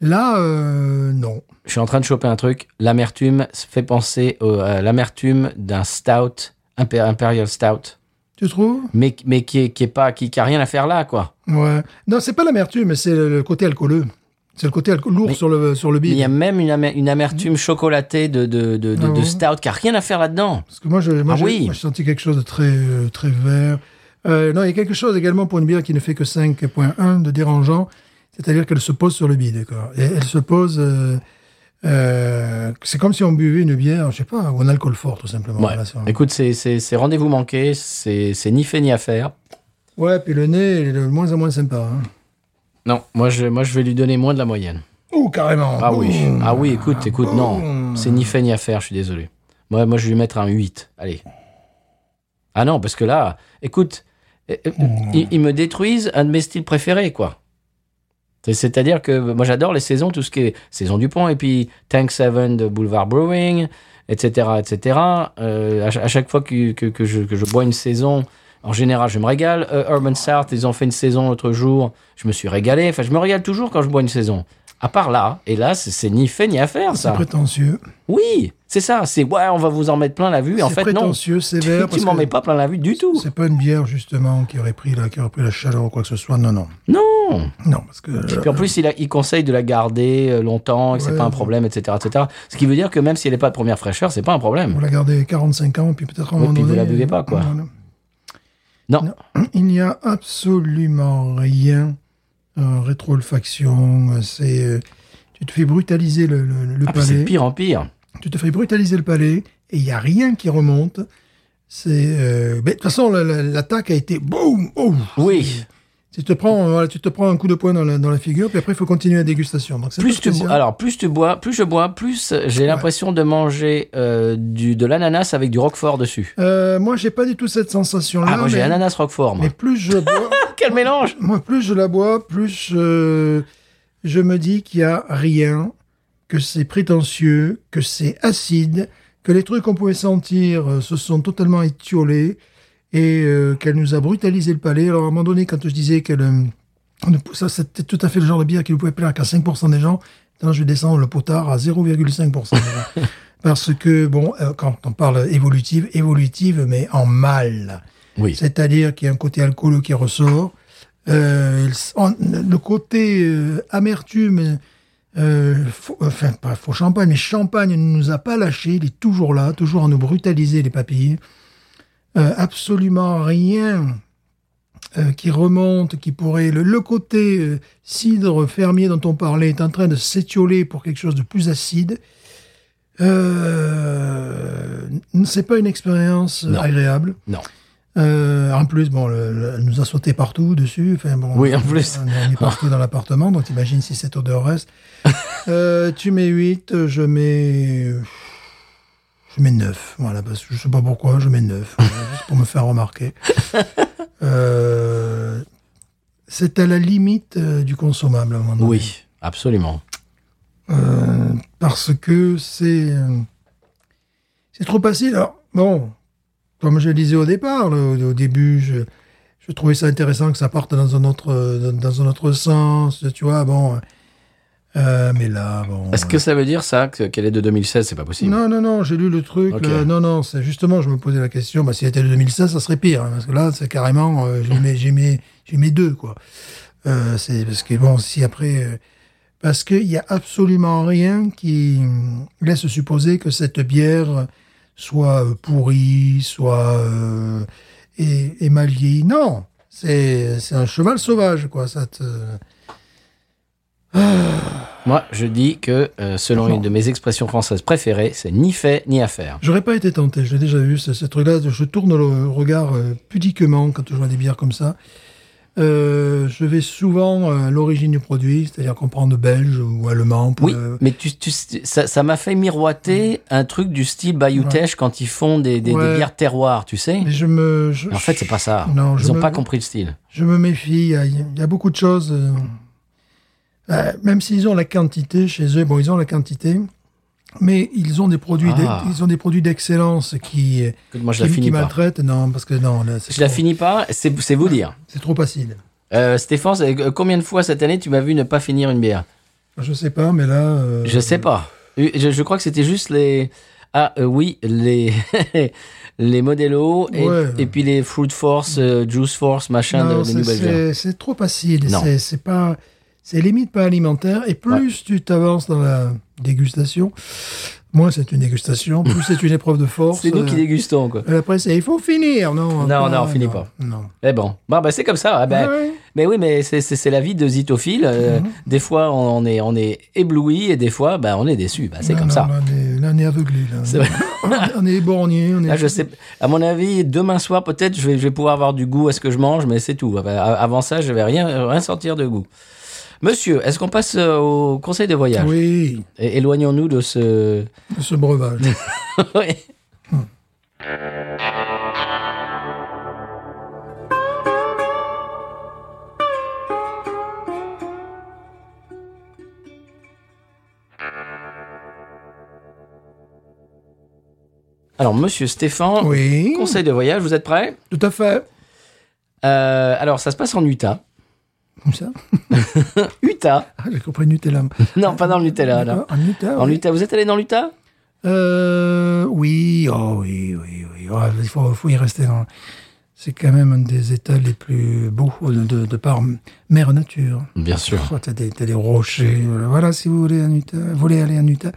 B: Là, euh, non.
A: Je suis en train de choper un truc. L'amertume se fait penser au- à l'amertume d'un stout, impé- imperial stout,
B: Tu trouves
A: mais, mais qui est, qui est pas, qui, qui a rien à faire là, quoi.
B: Ouais. Non, c'est pas l'amertume, mais c'est le côté alcooleux. C'est le côté alco- lourd
A: Mais-
B: sur le, sur le
A: Mais il y a
B: bide.
A: même une, ama- une amertume chocolatée de, de, de, de-
B: Ah
A: de
B: ouais.
A: stout qui a rien à faire là-dedans.
B: Parce que moi, je- moi,
A: Ah
B: j'ai
A: oui.
B: moi, j'ai senti quelque chose de très, euh, très vert. Euh, non, il y a quelque chose également pour une bière qui ne fait que 5.1 de dérangeant, c'est-à-dire qu'elle se pose sur le bide. Quoi. Et elle se pose. euh, euh, c'est comme si on buvait une bière, je sais pas, ou un alcool fort, tout simplement.
A: Ouais.
B: Voilà, c'est-
A: Écoute, c'est- c'est c'est rendez-vous manqué, c'est c'est ni fait ni à faire.
B: Ouais, puis le nez, il est de moins en moins sympa. Hein.
A: Non, moi je, moi je vais lui donner moins de la moyenne.
B: Oh, carrément. Oh,
A: Ah oui,
B: Boum.
A: ah oui, écoute, écoute, non, c'est ni fait ni à faire, je suis désolé. Moi, moi je vais lui mettre un 8, allez. Ah non, parce que là, écoute, euh, euh, ils, ils me détruisent un de mes styles préférés, quoi. C'est- C'est-à-dire que bah, moi j'adore les saisons, tout ce qui est saison du pont, et puis Tank 7 de Boulevard Brewing, etc. etc. Euh, à, ch- à chaque fois que, que- que je, que je bois une saison, en général je me régale. Euh, Urban South, ils ont fait une saison l'autre jour, je me suis régalé. Enfin, je me régale toujours quand je bois une saison. À part là, et là, c'est- c'est ni fait ni à faire,
B: C'est
A: ça.
B: prétentieux.
A: Oui, c'est ça. C'est ouais, on va vous en mettre plein la vue. Et En
B: C'est
A: fait, non.
B: prétentieux, sévère.
A: Tu
B: parce
A: m'en
B: que
A: mets pas plein la vue du tout.
B: C'est pas une bière, justement, qui aurait, pris la, qui aurait pris la chaleur ou quoi que ce soit. Non, non.
A: Non.
B: Non, parce que. euh,
A: Puis en plus, il, a- il conseille de la garder euh, longtemps, et que
B: Ouais.
A: c'est pas un problème, etc., etc. Ce qui veut dire que même si elle n'est pas de première fraîcheur, c'est pas un problème.
B: Vous la gardez 45 ans, puis peut-être à un
A: Oui,
B: moment
A: puis vous
B: donné, euh,
A: la buvez pas, quoi.
B: voilà.
A: Non.
B: Il n'y a absolument rien en rétro-olfaction. euh, C'est. euh, Tu te fais brutaliser le, le, le
A: Ah, puis c'est
B: palais.
A: de pire en pire.
B: Tu te fais brutaliser le palais et il n'y a rien qui remonte. C'est. euh, mais De toute façon, la- la- l'attaque a été boum, oh,
A: Oui.
B: Tu te prends, euh, voilà, tu te prends un coup de poing dans la, dans la figure, puis après il faut continuer la dégustation. Donc c'est
A: Plus
B: pas
A: tu
B: spécial.
A: bois, alors plus tu bois, plus je bois, plus j'ai l'impression de manger euh, du de l'ananas avec du roquefort dessus.
B: Euh, moi, j'ai pas du tout cette sensation-là.
A: Ah, moi j'ai
B: mais,
A: ananas roquefort. moi.
B: mais plus je bois,
A: Quel mélange
B: moi plus je la bois, plus euh, je me dis qu'il y a rien, que c'est prétentieux, que c'est acide, que les trucs qu'on pouvait sentir euh, se sont totalement étiolés et euh, qu'elle nous a brutalisé le palais. Alors à un moment donné, quand je disais qu'elle, euh, ne pou- ça c'était tout à fait le genre de bière qui ne pouvait plaire qu'à 5% des gens. Maintenant, je vais descendre le potard à 0,5%. des gens. Parce que, bon, euh, quand on parle évolutive, évolutive, mais en mal.
A: Oui.
B: C'est-à-dire qu'il y a un côté alcooleux qui ressort. Euh, on- le côté euh, amertume, euh, faux- enfin pas faux champagne, mais champagne ne nous a pas lâché. Il est toujours là, toujours à nous brutaliser les papilles. Euh, absolument rien euh, qui remonte, qui pourrait. Le, le côté euh, cidre fermier dont on parlait est en train de s'étioler pour quelque chose de plus acide. Euh, n- c'est pas une expérience euh,
A: Non.
B: agréable.
A: Non.
B: Euh, en plus, bon, le- le- elle nous a sauté partout dessus. Enfin, bon,
A: Oui, en plus.
B: On est partout dans l'appartement, donc imagine si cette odeur reste. Euh, tu mets 8, je mets. Je mets 9. Voilà, parce que je sais pas pourquoi, je mets 9. voilà, juste pour me faire remarquer. Euh, c'est à la limite euh, du consommable à un moment donné.
A: Oui, absolument.
B: Euh, parce que c'est euh, c'est trop facile. Alors, bon, comme je le disais au départ, le- au début, je, je trouvais ça intéressant que ça parte dans un autre euh, dans un autre sens, tu vois. Bon, Euh, mais là, bon.
A: Est-ce que ça veut dire ça que- qu'elle est de 2016 C'est pas possible.
B: Non, non, non, j'ai lu le truc.
A: Ok.
B: là. non, non, c'est justement, je me posais la question. Bah, si c'était le 2016, ça serait pire. hein, parce que là, c'est carrément, euh, j'y mets, j'y mets, j'y mets deux, quoi. Euh, c'est parce que bon, si après, euh, parce qu'il n'y a absolument rien qui hum, laisse supposer que cette bière soit euh, pourrie, soit euh, é- émaillée. Non, c'est c'est un cheval sauvage, quoi. Ça te...
A: Moi, je dis que, euh, selon une de mes expressions françaises préférées, c'est ni fait ni à faire.
B: J'aurais pas été tenté. Je l'ai déjà vu, ce, ce truc-là. Je tourne le regard euh, pudiquement quand je vois des bières comme ça. Euh, je vais souvent euh, à l'origine du produit, c'est-à-dire qu'on prend de belge ou allemand. pour
A: Oui,
B: le-
A: mais tu, tu- ça ça m'a fait miroiter un truc du style Bayoutech quand ils font des, des, des
B: Mm. Ouais.
A: bières terroirs, tu sais.
B: Mais je me. je-
A: Mais En fait, c'est pas ça.
B: Non,
A: ils
B: je
A: n'ont
B: me-
A: pas compris le style.
B: Je me méfie. Il y a, il y a beaucoup de choses. euh, euh, même s'ils ont la quantité chez eux, bon, ils ont la quantité, mais ils ont des produits,
A: Ah.
B: d'ex- ils ont des produits d'excellence qui, euh,
A: Écoute, Moi, je la
B: qui, qui
A: finis pas.
B: maltraitent. Non, parce que non, là, c'est
A: Je la
B: trop-
A: finis pas, c'est c'est vous dire.
B: c'est trop facile.
A: Euh, Stéphane, c'est- euh, combien de fois cette année tu m'as vu ne pas finir une bière
B: Je sais pas, mais là. euh,
A: Je sais pas. Euh, Je, je crois que c'était juste les. Ah euh, oui, les les Modelo et,
B: Ouais.
A: et puis les Fruit Force, euh, Juice Force, machin
B: Non,
A: de, de
B: c'est-
A: New Belgium.
B: c'est- C'est trop facile.
A: Non.
B: C'est- C'est pas, c'est limite pas alimentaire. Et plus tu t'avances dans la dégustation, moins c'est une dégustation, plus c'est une épreuve de force.
A: C'est nous qui
B: Euh,
A: dégustons quoi.
B: Après, c'est il faut finir, non
A: Non, non, on finit pas.
B: Non.
A: Eh bon, bah, bah, c'est comme ça. ah ben,
B: Ouais.
A: Mais oui, mais c'est- c'est c'est la vie de Zitophile. euh,
B: Mhm.
A: Des fois, on est on est ébloui et des fois, bah, on est déçu. Bah, c'est
B: Non,
A: comme
B: non,
A: ça.
B: Là, on est, là, on est aveuglé. là.
A: C'est vrai.
B: on est éborgné. On est...
A: Là, je sais. À mon avis, demain soir, peut-être, je vais, je vais pouvoir avoir du goût à ce que je mange, mais c'est tout. Av- Avant ça, je vais rien, rien sortir de goût. Monsieur, est-ce qu'on passe euh, au conseil de voyage
B: Oui,
A: É- Éloignons-nous de ce.
B: ce breuvage.
A: Ouais. Alors, monsieur Stéphane,
B: oui.
A: conseil de voyage, vous êtes prêt
B: Tout à fait.
A: Euh, Alors, ça se passe en Utah.
B: Comme ça.
A: Utah
B: Ah, j'ai compris Nutella.
A: Non, pas dans le Nutella, là.
B: En Nutella.
A: En
B: oui.
A: Utah, vous êtes allé dans l'Utah
B: Euh, oui, oh oui, oui, oui. Oh, il faut, faut y rester. dans- C'est quand même un des états les plus beaux de, de, de par mère nature.
A: Bien sûr.
B: Oh, t'as des, t'as des rochers. Voilà, Voilà, si vous voulez, un Utah, vous voulez aller à Utah.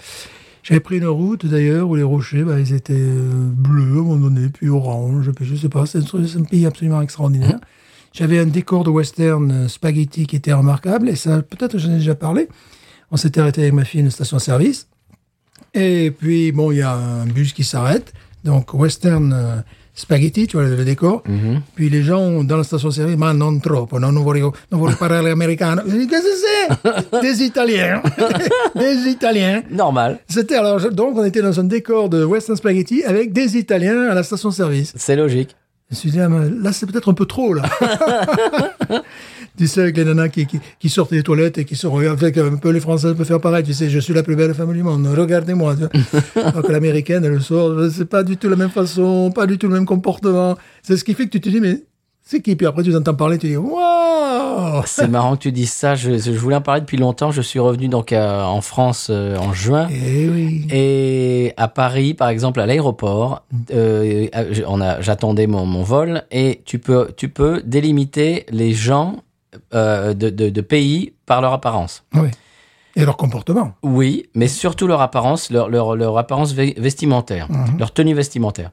B: J'avais pris une route d'ailleurs où les rochers, bah, ils étaient euh, bleus à un moment donné, puis orange, puis je sais pas. C'est un, truc- c'est un pays absolument extraordinaire.
A: Hein
B: J'avais un décor de western euh, spaghetti qui était remarquable, et ça, peut-être j'en ai déjà parlé. On s'était arrêté avec ma fille à une station-service. Et puis, bon, il y a un bus qui s'arrête. Donc, western euh, spaghetti, tu vois le, le décor. Puis les gens ont- dans la station-service, ma non troppo, non, non voglio, non voglio parlare americano. Je dis, qu'est-ce que c'est Des Italiens Des Italiens
A: Normal.
B: C'était alors, je- donc, on était dans un décor de western spaghetti avec des Italiens à la station-service.
A: C'est logique.
B: Je me suis dit, ah, mais là, c'est peut-être un peu trop, là. tu sais, avec les nanas qui, qui, qui sortent des toilettes et qui se regardent, fait un peu les Français peuvent faire pareil. Tu sais, je suis la plus belle femme du monde, regardez-moi. tu vois. Alors que l'américaine, elle sort, c'est pas du tout la même façon, pas du tout le même comportement. C'est ce qui fait que tu te dis, mais c'est qui Puis après, tu entends parler, tu dis, waouh
A: C'est marrant que tu dises ça. Je, je voulais en parler depuis longtemps. Je suis revenu donc à- en France euh, en juin.
B: Eh oui.
A: Et à Paris, par exemple, à l'aéroport, euh, je- on a- j'attendais mon, mon vol et tu peux, tu peux délimiter les gens euh, de, de- de pays par leur apparence.
B: Oui. Et leur comportement.
A: Oui, mais surtout leur apparence, leur, leur, leur apparence ve- vestimentaire, leur tenue vestimentaire.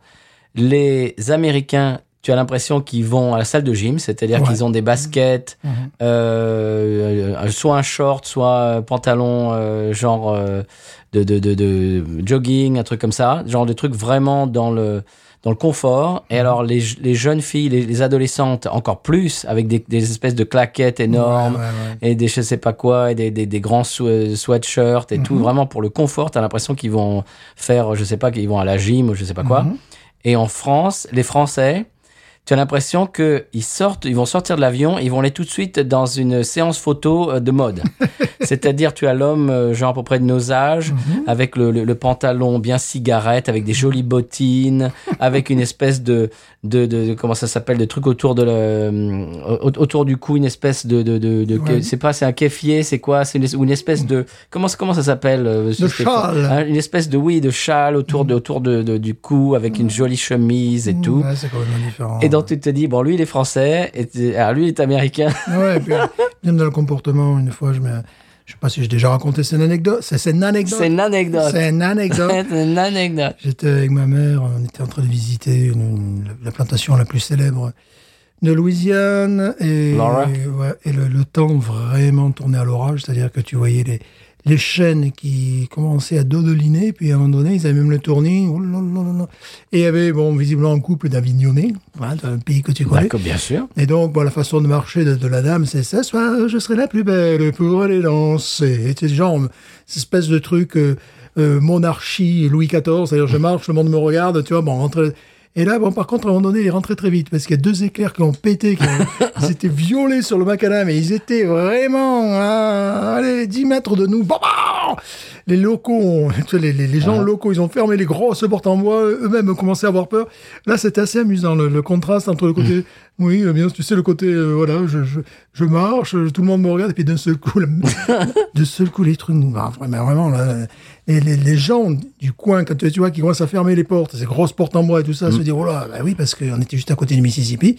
A: Les Américains, tu as l'impression qu'ils vont à la salle de gym, c'est-à-dire
B: Ouais.
A: qu'ils ont des baskets,
B: Mhm.
A: euh, soit un short, soit un pantalon euh, genre euh, de, de, de, de jogging, un truc comme ça, genre de trucs vraiment dans le dans le confort.
B: Mhm.
A: Et alors les, je- les jeunes filles, les, les adolescentes encore plus, avec des, des espèces de claquettes énormes
B: Ouais, ouais, ouais.
A: et des je sais pas quoi et des, des, des grands sou- euh, sweatshirts et
B: Mhm.
A: tout vraiment pour le confort t'as l'impression qu'ils vont faire je sais pas qu'ils vont à la gym ou je sais pas
B: Mhm.
A: quoi et en France les Français tu as l'impression que ils sortent ils vont sortir de l'avion ils vont aller tout de suite dans une séance photo euh, de mode c'est-à-dire tu as l'homme euh, genre à peu près de nos âges
B: Mhm.
A: avec le, le- le pantalon bien cigarette avec des jolies bottines avec une espèce de de, de- de- comment ça s'appelle de trucs autour de le, au- autour du cou une espèce de de, de, de-
B: Ouais.
A: c'est pas c'est un kéfier c'est quoi c'est une, es- ou une espèce de comment comment ça s'appelle euh, monsieur Stéphane
B: châle.
A: Hein, une espèce de oui de châle autour de autour de, de- du cou avec une jolie chemise et tout
B: Ouais, c'est complètement différent.
A: et dont tu te dis, bon, lui, il est français, et tu- ah, lui, il est américain.
B: Ouais, et puis, même dans le comportement, une fois, je me. Je sais pas si j'ai déjà raconté cette anecdote. C'est c'est une anecdote.
A: C'est une anecdote.
B: C'est une anecdote.
A: C'est une anecdote.
B: J'étais avec ma mère, on était en train de visiter une- une- la plantation la plus célèbre de Louisiane. Et,
A: Laura.
B: et, ouais, et le, le temps vraiment tournait à l'orage, c'est-à-dire que tu voyais les, les chênes qui commençaient à dodeliner, puis à un moment donné, ils avaient même le tournis. oh là là là là. Et il y avait, bon, visiblement, un couple d'Avignonnais, voilà, un pays que tu connais.
A: D'accord, bien sûr.
B: Et donc, bon, la façon de marcher de, de la dame, c'est ça, soit euh, je serai la plus belle pour aller danser. Et c'est genre, euh, cette espèce de truc euh, euh, monarchie Louis XIV, c'est-à-dire je marche, le monde me regarde, tu vois, bon, entre... Et là, bon, par contre, à un moment donné, il est rentré très vite parce qu'il y a deux éclairs qui ont pété, qui ont- ils étaient violés sur le macadam et ils étaient vraiment à, allez, 10 mètres de nous. Bon, bon les locaux, ont- tu sais, les, les- les gens locaux, ils ont fermé les grosses portes en bois, eux-mêmes ont commencé à avoir peur. Là, c'était assez amusant, le, le contraste entre le côté, oui, eh bien, tu sais, le côté, euh, voilà, je, je, je marche, euh, tout le monde me regarde, et puis d'un seul coup, le- de seul coup, les trucs, nous- bah, vraiment, vraiment, là, les, les, les gens du coin, quand tu, tu vois, qui commencent à fermer les portes, ces grosses portes en bois et tout ça, se dire, oh là, bah oui, parce qu'on était juste à côté du Mississippi.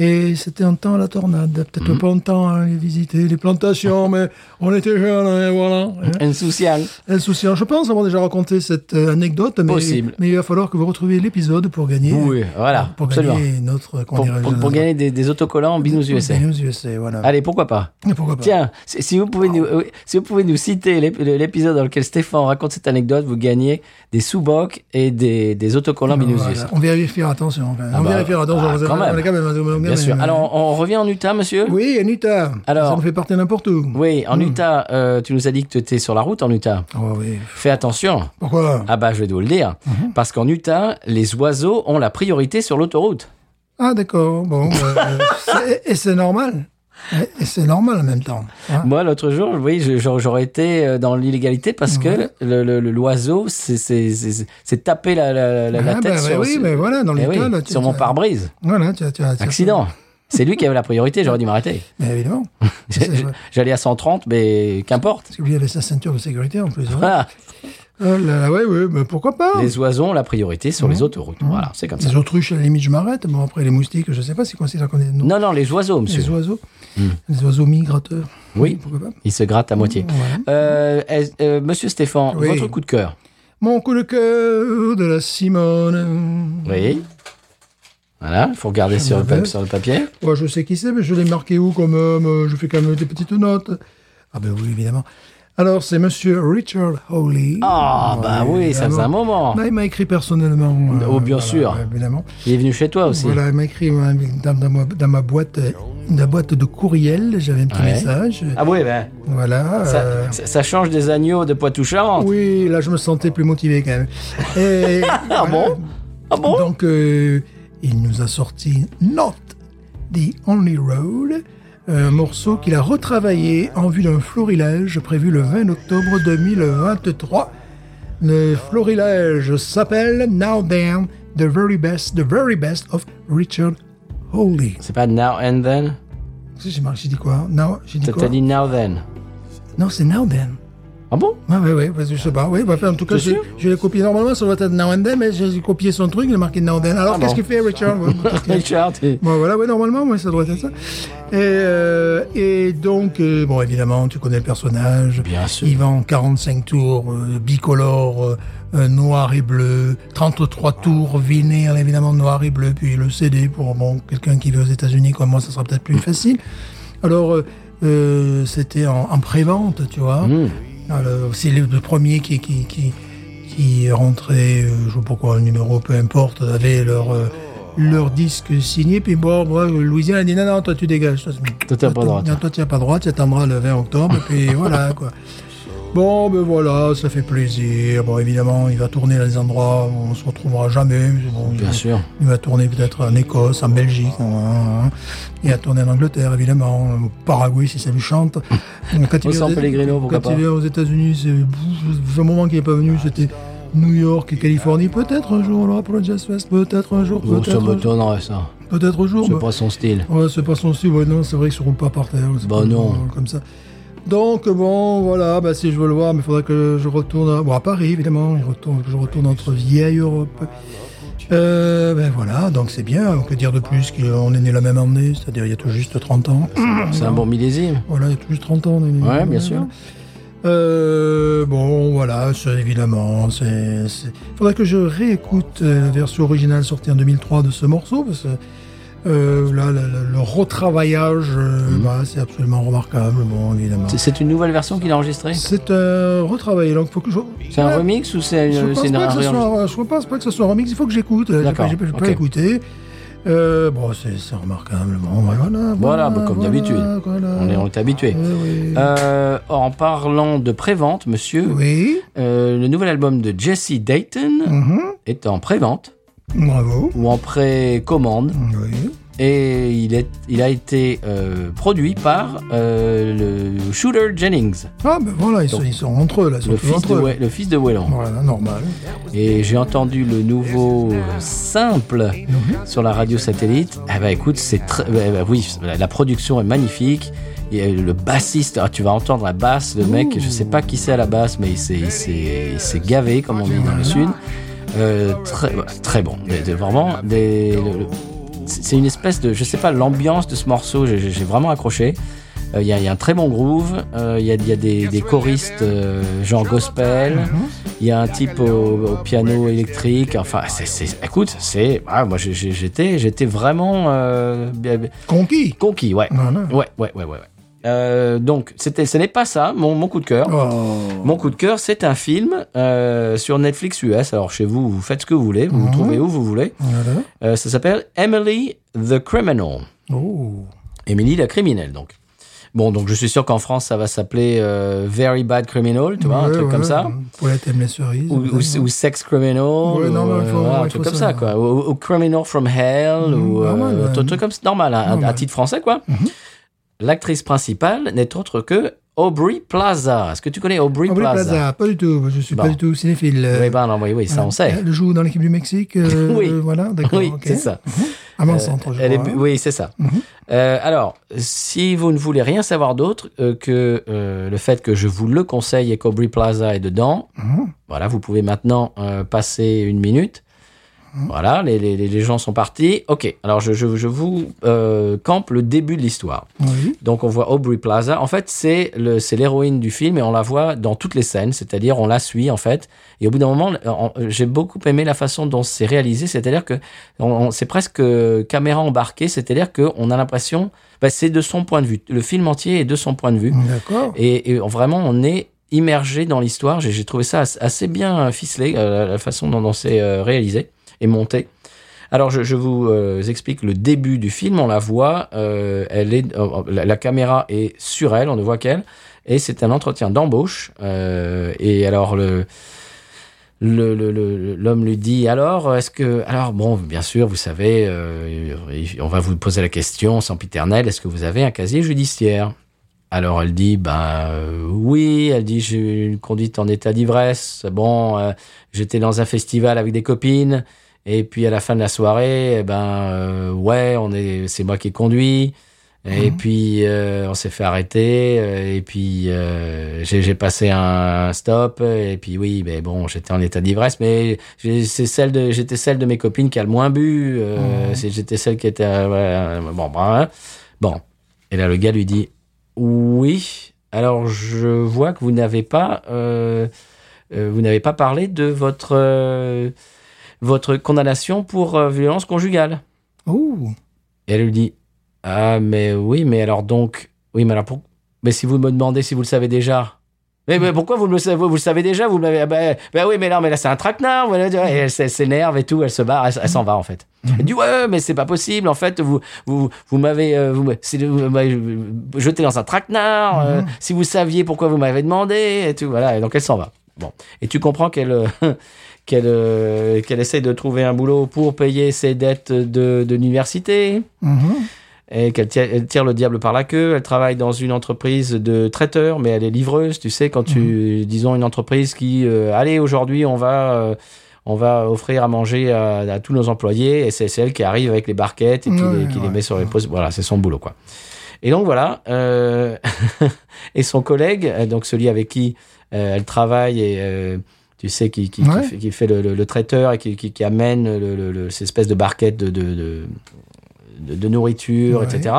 B: Et c'était un temps à la tornade, peut-être pas un temps à aller visiter les plantations, mais on était jeunes, hein, et voilà.
A: Insouciant.
B: Insouciant. hein. Je pense avoir déjà raconté cette euh, anecdote, mais,
A: Possible.
B: mais il va falloir que vous retrouviez l'épisode pour gagner.
A: Oui, voilà,
B: Pour
A: absolument.
B: gagner notre. qu'on
A: Pour,
B: dirait-
A: pour- pour gagner des, des autocollants en Binous USA.
B: Pour Binous USA, voilà.
A: Allez, pourquoi pas
B: Et pourquoi pas
A: Tiens, si si vous pouvez nous, oui, si vous pouvez nous citer l'ép- l'épisode dans lequel Stéphane raconte cette anecdote, vous gagnez des sous-bocs et des, des autocollants Binous
B: Voilà.
A: USA.
B: On vérifiera, attention. enfin, on
A: bah,
B: vérifiera, attention.
A: ah,
B: on est-
A: quand
B: on est
A: même.
B: quand même- on est quand
A: Bien
B: même-
A: sûr. Alors, on on revient en Utah, monsieur
B: euh, Oui, Anita.
A: Alors-
B: Ça me fait partir n'importe où.
A: Oui, en Utah, euh, tu nous as dit que tu étais sur la route en Utah.
B: Oh, oui.
A: Fais attention.
B: Pourquoi
A: Ah bah, je vais vous le dire.
B: Mhm.
A: Parce qu'en Utah, les oiseaux ont la priorité sur l'autoroute.
B: Ah, d'accord. Bon. euh, c'est- et c'est normal. Et- Et c'est normal en même temps. hein.
A: Moi, l'autre jour, oui, je- je- j'aurais été euh, dans l'illégalité parce que le- le- le- l'oiseau s'est- s'est s'est- s'est tapé la, la- la- la
B: Ah,
A: tête
B: bah,
A: sur,
B: oui, mais voilà, dans
A: Eh
B: les
A: oui,
B: cas, là, tu-
A: sur mon
B: tu-
A: pare-brise.
B: Voilà, tu, tu- tu-
A: Accident. C'est lui qui avait la priorité, j'aurais dû m'arrêter.
B: Mais évidemment. C'est-
A: J'ai- J'allais à 130, mais qu'importe.
B: Parce que lui, il avait sa ceinture de sécurité en plus. hein.
A: Voilà.
B: Oh là là, ouais, ouais, mais pourquoi pas
A: Ah. Les oiseaux ont la priorité sur les autoroutes. Voilà, c'est comme ça.
B: Oh. Les autruches, à la limite, je m'arrête. Bon, après, les moustiques, je sais pas si considère comme des non,
A: Non, non, les oiseaux, monsieur. Hmm.
B: les oiseaux. Les oiseaux migrateurs.
A: Oui.
B: Pourquoi pas
A: Ils se grattent à moitié.
B: Voilà.
A: Euh, est- euh, monsieur Stéphane,
B: Oui.
A: votre coup de cœur.
B: Mon coup de cœur de la Simone.
A: Oui. Voilà, il faut
B: Ah
A: regarder sur le, pa-
B: m'appelle.
A: sur le papier.
B: Ouais, je sais qui c'est, mais je l'ai marqué où quand même euh, Je fais quand même des petites notes. Ah ben oui, évidemment. Alors, c'est Monsieur Richard Hawley.
A: Ah, bah oui, ça faisait un moment.
B: Bah, il m'a écrit personnellement. euh,
A: Oh, bien sûr.
B: ouais, Évidemment.
A: Il est venu chez toi aussi.
B: Voilà, il m'a écrit euh, dans, dans ma, dans ma boîte, euh, dans la boîte de courriel, j'avais un petit
A: Ouais.
B: message.
A: Ah oui, ben,
B: Voilà. euh,
A: ça, ça- ça change des agneaux de Poitou-Charentes.
B: oui, là, je me sentais plus motivé quand même. Et,
A: Ah
B: voilà.
A: bon Ah bon
B: Donc, euh, il nous a sorti Not the Only Road, un morceau qu'il a retravaillé en vue d'un florilège prévu le 20 octobre 2023. Le florilège s'appelle Now Then, The Very Best, The Very Best of Richard Hawley.
A: C'est pas now and then
B: J'ai j'ai dit quoi Now, j'ai dit
A: T'as-
B: quoi
A: T'as dit now then.
B: Non, c'est Now Then.
A: Ah bon
B: Ouais, ouais, ouais, parce que je sais pas. Oui, bah, en tout cas,
A: T'es
B: je,
A: sûr
B: je l'ai copié normalement, ça doit être Now and Then, Ben, mais j'ai copié son truc, il a marqué Now Then. Alors,
A: Ah
B: qu'est-ce
A: bon
B: qu'il fait, Richard Ouais, bah, qu'est-ce qu'il-
A: Richard, tu-
B: Bon, voilà, ouais, normalement, ouais, ça doit être ça. Et, euh, et donc, euh, bon, évidemment, tu connais le personnage.
A: Bien sûr.
B: Il vend 45 tours, euh, bicolore, euh, euh, noir et bleu, 33 tours, vinyle, évidemment, noir et bleu, puis le CD pour, bon, quelqu'un qui veut aux États-Unis comme moi, ça sera peut-être
A: Hmm.
B: plus facile. Alors, euh, euh, c'était en, en pré-vente, tu vois.
A: Hmm.
B: Alors, c'est le, le premier qui, qui, qui, qui rentrait, euh, je sais pas pourquoi, un numéro, peu importe, avait leur, euh, leur disque signé. Puis bon, moi, Louisiane a dit non, non, toi tu dégages. Toi, c'est-
A: Toi, t'as pas le droit.
B: Non, toi tu n'as pas le droit, tu attendras le 20 octobre, puis voilà quoi. Bon, ben voilà, ça fait plaisir. Bon, évidemment, il va tourner dans des endroits où on se retrouvera jamais. mais bon, il-
A: Bien sûr.
B: il va tourner peut-être en Écosse, en Belgique, en- en- en- et à tourner en Angleterre, évidemment, au Paraguay si ça lui chante. Quand
A: Au
B: vient
A: San
B: aux-
A: Pellegrino, pourquoi
B: quand
A: pas.
B: il vient aux États-Unis, c'est le moment qu'il n'est pas venu, c'était New York et Californie. Peut-être un jour, alors pour le Jazz Fest, peut-être un jour,
A: Bon, ça
B: peut-être un jour,
A: m'étonnerait, ça.
B: peut-être un jour.
A: C'est
B: bah.
A: pas son style.
B: Ouais, c'est pas son style, ouais, non, c'est vrai qu'ils seront pas par terre. c'est
A: Bah
B: pas-
A: non.
B: euh, Comme ça. Donc bon, voilà, bah, si je veux le voir, mais il faudrait que je retourne à, bon, à Paris, évidemment, il retourne, que je retourne entre vieille Europe Euh, ben voilà, donc c'est bien. On peut dire de plus qu'on est né la même année, c'est-à-dire il y a tout juste 30 ans.
A: C'est un bon millésime.
B: Voilà, il y a tout juste 30 ans. on est né.
A: Ouais, bien sûr.
B: Euh, bon, voilà, c'est évidemment, c'est. Il faudrait que je réécoute euh, la version originale sortie en 2003 de ce morceau, parce que euh, là, le, le- le retravaillage,
A: Mm-hmm.
B: euh, bah, c'est absolument remarquable, bon, évidemment.
A: C'est- C'est une nouvelle version qu'il a enregistrée
B: C'est un retravail, donc faut que je.
A: C'est un remix ou c'est
B: Je
A: une,
B: pense,
A: c'est une
B: pas que ce
A: réenregistrement
B: soit, je pense pas que ce soit un remix, il faut que j'écoute. euh, J'ai
A: D'accord,
B: pas- J'ai pas, j'ai pas
A: ok.
B: écouté. Euh, bon, c'est c'est remarquable. Bon, voilà, voilà, Euh,
A: Voilà, bah, comme d'habitude. On est, on est habitué.
B: Oui.
A: Euh, or, en parlant de prévente, monsieur,
B: oui.
A: euh, le nouvel album de Jesse Dayton
B: Mhm.
A: est en prévente
B: Bravo.
A: ou en précommande
B: Oui.
A: et il, est, il a été euh, produit par euh, le Shooter Jennings,
B: Ah, ben voilà, ils,
A: Donc,
B: sont, ils sont entre eux, là. Ils sont
A: le
B: tous
A: fils, de,
B: entre eux.
A: Wa- le fils de Wayland.
B: Voilà, normal.
A: Et j'ai entendu le nouveau euh, simple sur la radio satellite. Ah bah écoute, c'est très. bah, bah oui, la production est magnifique. Et euh, le bassiste, ah, tu vas entendre la basse, le mec, je sais pas qui c'est à la basse, mais il s'est- il s'est il s'est gavé, comme on dit dans le sud. Euh, très, voilà, très bon. Des- des- vraiment, des- le- le- c'est c'est une espèce de. Je sais pas, l'ambiance de ce morceau, j'ai- j'ai j'ai vraiment accroché. Euh, Il y, a- il y a un très bon groove, euh, il y a, il y a des, des choristes euh, genre gospel, il y a un type au, au piano électrique, enfin, c'est, c'est- écoute, c'est, ah, moi j'ai- j'ai- j'étais, j'étais vraiment euh, bien- bien-
B: Conquis.
A: conquis, ouais,
B: Voilà.
A: ouais, ouais, ouais, ouais. ouais. Euh, donc, c'était, ce n'est pas ça, mon, mon coup de cœur.
B: Oh.
A: Mon coup de cœur, c'est un film euh, sur Netflix US. Alors chez vous, vous faites ce que vous voulez,
B: Mhm.
A: vous vous trouvez où vous voulez.
B: Voilà.
A: Euh, ça s'appelle Emily the Criminal.
B: Oh.
A: Émilie la criminelle, donc. Bon, donc je suis sûr qu'en France, ça va s'appeler euh, Very Bad Criminal, tu vois, un
B: Ouais,
A: truc
B: ouais.
A: comme ça.
B: Paulette aime les cerises.
A: Ou, ou, ou Sex Criminal,
B: Ouais,
A: ou,
B: non, mais il faut-
A: euh,
B: ouais,
A: un
B: il
A: truc
B: faut
A: comme
B: ça.
A: ça, quoi. Ou, ou Criminal from Hell,
B: Mhm,
A: ou
B: normal,
A: euh,
B: ouais.
A: un truc comme ça, normal, hein, à- à,
B: Normal. Mhm.
A: titre français, quoi. L'actrice principale n'est autre que Aubrey Plaza. Est-ce que tu connais Aubrey
B: Ah, oui,
A: Plaza,
B: Plaza, pas du tout. Je suis
A: Bon.
B: pas du tout cinéphile. euh,
A: Oui, ben, non, oui, oui, ça on sait.
B: Elle joue dans l'équipe du Mexique. euh,
A: Oui.
B: Voilà, Ah, d'accord.
A: Oui,
B: ok.
A: c'est ça. Euh,
B: À mon centre, je
A: Elle est
B: crois. hein. Mhm.
A: bu- oui, c'est ça. Euh, alors, si vous ne voulez rien savoir d'autre euh, que euh, le fait que je vous le conseille et qu'Aubrey Plaza est dedans,
B: Mhm.
A: voilà, vous pouvez maintenant euh, passer une minute. Voilà, les, les- les gens sont partis. Ok, alors je, je- je vous euh, campe le début de l'histoire.
B: Oui.
A: Donc on voit Aubrey Plaza. En fait, c'est le- c'est l'héroïne du film et on la voit dans toutes les scènes, c'est-à-dire on la suit en fait. Et au bout d'un moment, on- j'ai beaucoup aimé la façon dont c'est réalisé, c'est-à-dire que on- on- c'est presque euh, caméra embarquée, c'est-à-dire qu'on a l'impression, bah, c'est de son point de vue. Le film entier est de son point de vue.
B: D'accord.
A: Et, et vraiment, on est immergé dans l'histoire. J'ai j'ai trouvé ça as- assez bien ficelé, euh, la- la façon dont, dont c'est euh, réalisé et monté. Alors, je, je vous euh, explique le début du film. On la voit, euh, elle est, euh, la, la caméra est sur elle, on ne voit qu'elle. Et c'est un entretien d'embauche. euh, et alors, le, le- le- le- l'homme lui dit alors est-ce que alors bon bien sûr vous savez euh, il- on va vous poser la question sempiternelle est-ce que vous avez un casier judiciaire alors elle dit ben euh, oui elle dit j'ai eu une conduite en état d'ivresse bon euh, j'étais dans un festival avec des copines et puis à la fin de la soirée eh ben euh, ouais on est c'est moi qui ai conduit et puis euh, on s'est fait arrêter euh, et puis euh, j'ai j'ai passé un stop et puis oui mais bon j'étais en état d'ivresse mais j'ai- c'est celle de j'étais celle de mes copines qui a le moins bu euh, c'est- j'étais celle qui était euh, voilà, bon ben, bon et là le gars lui dit oui alors je vois que vous n'avez pas euh, euh, vous n'avez pas parlé de votre euh, votre condamnation pour euh, violence conjugale
B: Oh.
A: et elle lui dit Ah, mais oui, mais alors donc. Oui, mais alors pour... Mais si vous me demandez si vous le savez déjà. Mais, mais pourquoi vous, me le savez, vous le savez déjà vous me l'avez- ah ben, ben oui, mais non, mais là c'est un traquenard. voilà, tu vois. Et elle, s'é- s'énerve et tout, elle se barre, elle, s- elle s'en va en fait. Elle dit Ouais, mais c'est pas possible, en fait, vous, vous, vous m'avez euh, vous me- c'est- vous m'avez jeté dans un traquenard. euh, si vous saviez pourquoi vous m'avez demandé et tout, voilà. Et donc elle s'en va. Bon. Et tu comprends qu'elle. euh, Qu'elle euh, qu'elle essaie de trouver un boulot pour payer ses dettes de, de l'université
B: Mhm.
A: et qu'elle tire, elle tire le diable par la queue. Elle travaille dans une entreprise de traiteur, mais elle est livreuse. Tu sais, quand
B: Mhm.
A: tu, disons, une entreprise qui, euh, allez, aujourd'hui, on va, euh, on va offrir à manger à, à tous nos employés, et c'est celle qui arrive avec les barquettes et qui,
B: Ouais,
A: les, qui les
B: ouais,
A: met sur les postes. Voilà, c'est son boulot, quoi. Et donc voilà, euh, et son collègue, euh, donc celui avec qui euh, elle travaille et euh, tu sais, qui, qui,
B: Ouais.
A: qui fait, qui fait le, le- le traiteur et qui, qui- qui amène le, le- le- cette espèce de barquette de, de, de- de- de nourriture,
B: Ouais. Mhm.
A: etc.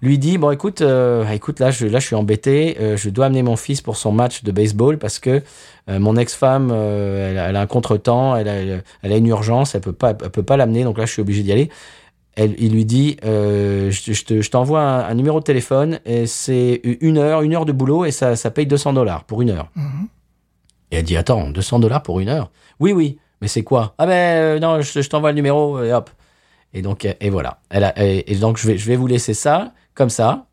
A: Lui dit bon, écoute, euh, écoute, là, je, là, je suis embêté. euh, je dois amener mon fils pour son match de baseball parce que euh, mon ex-femme, euh, elle, a- elle a un contretemps, elle a, elle, elle a une urgence, elle peut pas, elle peut pas l'amener. Donc là, je suis obligé d'y aller. Elle, il lui dit, euh, je, te- je te- je t'envoie un, un numéro de téléphone et c'est une heure, une heure de boulot et ça, ça paye 200 dollars pour une heure.
B: Mhm.
A: Et elle dit, attends, 200 dollars pour une heure Oui, oui, mais c'est quoi Ah ben euh, non, je, je t'envoie le numéro euh, et hop. Et donc, euh, et voilà. Elle a- et, et donc, je vais, je vais vous laisser ça, comme ça.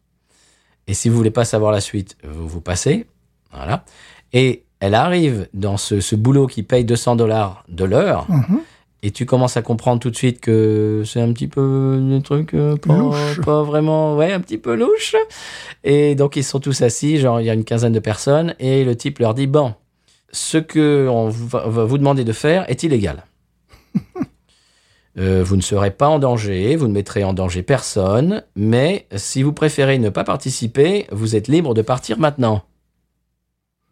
A: Et si vous voulez pas savoir la suite, vous vous passez. Voilà. Et elle arrive dans ce, ce boulot qui paye 200 dollars de l'heure.
B: Mhm.
A: Et tu commences à comprendre tout de suite que c'est un petit peu des trucs euh, pas,
B: Louche.
A: pas vraiment, ouais, un petit peu louche. Et donc ils sont tous assis, genre il y a une quinzaine de personnes, et le type leur dit bon, ce que on va va vous demander de faire est illégal. Euh, vous ne serez pas en danger, vous ne mettrez en danger personne, mais si vous préférez ne pas participer, vous êtes libre de partir maintenant.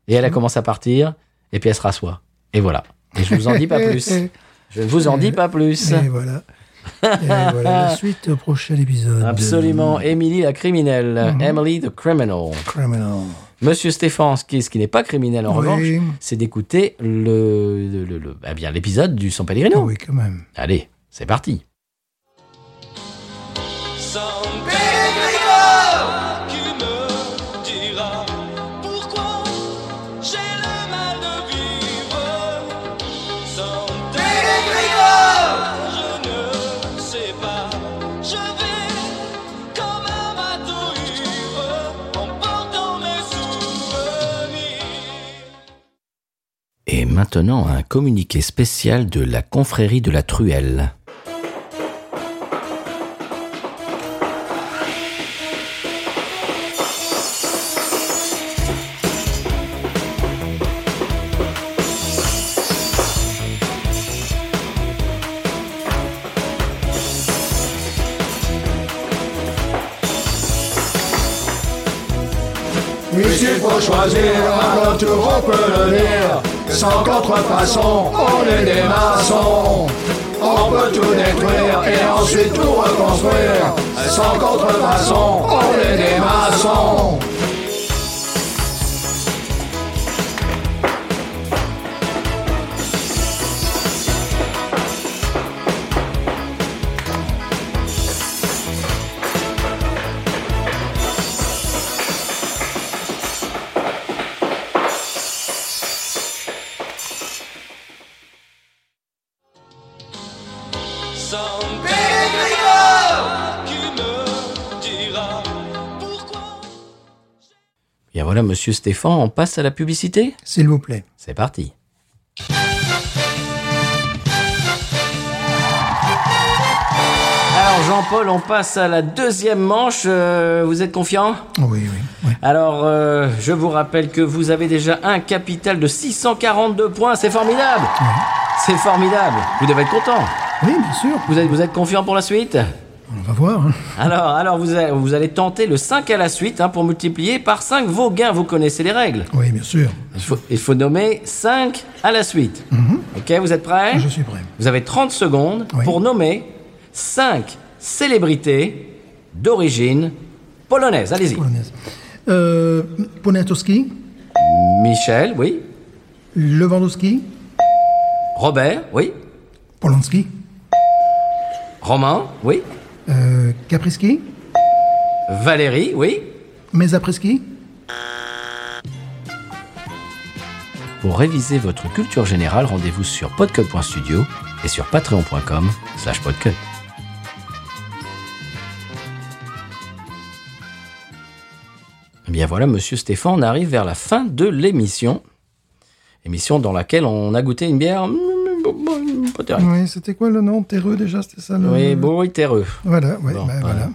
A: Et elle a commencé à partir, et puis elle se rassoit. Et voilà. Et je vous en dis pas plus.
B: Et,
A: Je ne vous en dis pas plus.
B: Eh, et voilà. Et voilà la suite au prochain épisode.
A: Absolument. Emily la criminelle.
B: Mhm.
A: Emily the criminal.
B: Criminal.
A: Monsieur Stéphane, ce qui, ce qui n'est pas criminel en revanche,
B: oui.
A: c'est d'écouter le, le- le- le- eh bien, l'épisode du San Pellegrino.
B: Ah oui, quand même.
A: Allez, c'est parti.
C: San Pellegrino Qui me dira pourquoi j'ai le mal de vivre San Pellegrino Je ne sais pas Je vais comme un bateau ivre En portant mes souvenirs
A: Et maintenant, un communiqué spécial de la confrérie de la Truelle.
D: Ici faut choisir un tour on peut le dire Sans contrefaçon, on est des maçons On peut tout détruire et ensuite tout reconstruire Sans contrefaçon, on est des maçons
C: San Pellegrino Qui me dira pourquoi
A: Bien voilà, monsieur Stéphane, on passe à la publicité
B: S'il vous plaît.
A: C'est parti. Alors Jean-Paul, on passe à la deuxième manche. Euh, vous êtes confiant
B: Oui, oui. oui.
A: Alors, euh, je vous rappelle que vous avez déjà un capital de 642 points. C'est formidable C'est formidable Vous devez être content.
B: Oui, bien sûr.
A: Vous êtes, vous êtes confiant pour la suite
B: On va voir. hein.
A: Alors, alors vous, allez, vous allez tenter le 5 à la suite hein, pour multiplier par 5 vos gains. Vous connaissez les règles.
B: Oui, bien sûr.
A: Il faut, il faut nommer 5 à la suite. Ok, vous êtes prêts
B: Mhm. Ah, Je suis prêt.
A: Vous avez 30 secondes
B: Oui.
A: pour nommer 5 célébrités d'origine polonaise. Allez-y.
B: Polonaise. Euh, Poniatowski,
A: Michel, oui.
B: Lewandowski,
A: Robert, oui.
B: Polanski,
A: Romain, oui.
B: euh, Kapriski,
A: Valérie, oui.
B: Mesapreski.
A: Pour réviser votre culture générale, rendez-vous sur podcut.studio et sur patreon.com slash podcut. Eh bien voilà, monsieur Stéphane, on arrive vers la fin de l'émission. Émission dans laquelle on a goûté une bière... mm, Pas terrible.
B: Oui, c'était quoi le nom Terreux déjà, c'était ça le...
A: Oui, bruit terreux.
B: Voilà, ouais,
A: Bon,
B: bah, voilà.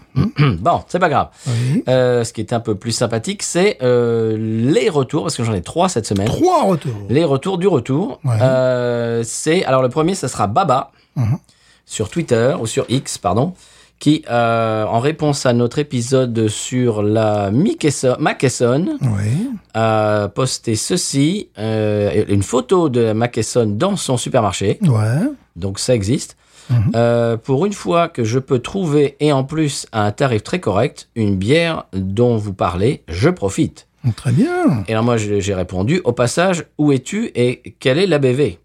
A: bon, c'est pas grave.
B: Oui.
A: Euh, ce qui est un peu plus sympathique, c'est euh, les retours, parce que j'en ai trois cette semaine.
B: Trois retours.
A: Les retours du retour.
B: Ouais.
A: Euh, c'est alors le premier, ça sera Baba
B: Mhm.
A: sur Twitter ou sur X, pardon, qui, euh, en réponse à notre épisode sur la Mickeso- Mackeson,
B: Oui.
A: a posté ceci, euh, une photo de la Mackeson dans son supermarché,
B: Ouais.
A: donc ça existe.
B: Mhm.
A: Euh, pour une fois que je peux trouver, et en plus à un tarif très correct, une bière dont vous parlez, je profite.
B: Très bien.
A: Et alors moi j'ai j'ai répondu, au passage, où es-tu et quel est l'ABV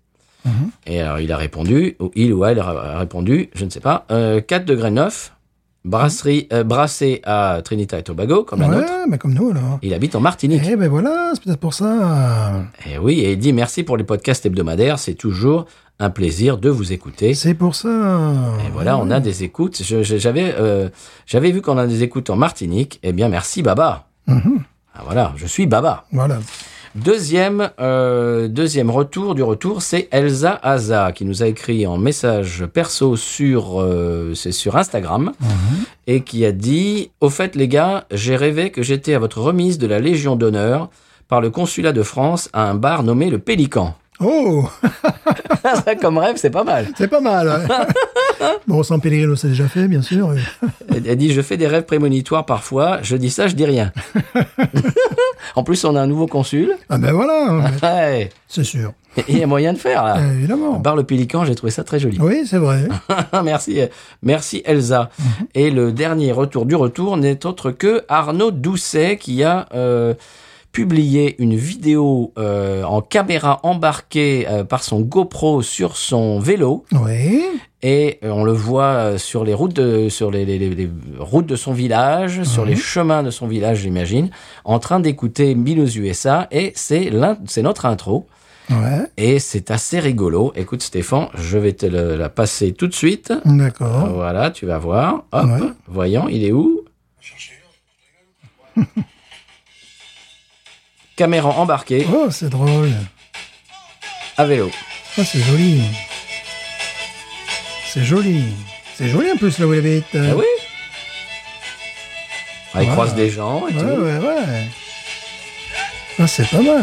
A: Et alors il a répondu, ou il ou elle a répondu, je ne sais pas, euh, 4 degrés 9, brasserie, euh, brassée à Trinidad et Tobago, comme la nôtre.
B: Ouais, mais comme nous alors.
A: Il habite en Martinique.
B: Eh ben voilà, c'est peut-être pour ça.
A: Et oui, et il dit merci pour les podcasts hebdomadaires, c'est toujours un plaisir de vous écouter.
B: C'est pour ça.
A: Et voilà, on a des écoutes. Je- je- J'avais euh, j'avais vu qu'on a des écoutes en Martinique. Eh bien, merci Baba. Ah, voilà, je suis Baba.
B: Voilà.
A: Deuxième, euh, deuxième retour du retour, c'est Elsa Aza qui nous a écrit en message perso sur, euh, c'est sur Instagram et qui a dit Au fait, les gars, j'ai rêvé que j'étais à votre remise de la Légion d'honneur par le consulat de France à un bar nommé le Pélican.
B: Oh,
A: Ça, comme rêve, c'est pas mal.
B: c'est pas mal. ouais. bon, sans Pellegrino, c'est déjà fait, bien sûr.
A: Elle elle dit Je fais des rêves prémonitoires parfois, je dis ça, je dis rien. en plus, on a un nouveau consul.
B: Ah ben voilà,
A: Ouais,
B: c'est sûr.
A: il y a moyen de faire là.
B: Euh, Évidemment.
A: Bar le Pélican, j'ai trouvé ça très joli.
B: Oui, c'est vrai.
A: bah. Ah, merci, euh, merci Elsa. Et le dernier retour du retour n'est autre que Arnaud Doucet qui a euh, publié une vidéo euh, en caméra embarquée euh, par son GoPro sur son vélo
B: Oui.
A: et euh, on le voit euh, sur les routes de, sur les, les- les- les routes de son village, sur les chemins de son village, j'imagine, en train d'écouter Minus USA et c'est l'in- c'est notre intro.
B: Ouais.
A: Et c'est assez rigolo. Écoute Stéphane, je vais te le- la passer tout de suite.
B: D'accord.
A: Voilà, tu vas voir. Hop,
B: Hein Ouais.
A: voyons, il est où Caméra embarquée
B: Oh, c'est drôle.
A: à vélo.
B: Ah, c'est joli. C'est joli. C'est joli en plus là où il habite.
A: Ah oui Ah, Il
B: Ouais.
A: croise des gens et
B: Ouais,
A: tout.
B: ouais, ouais. Ah, c'est pas mal. ouais.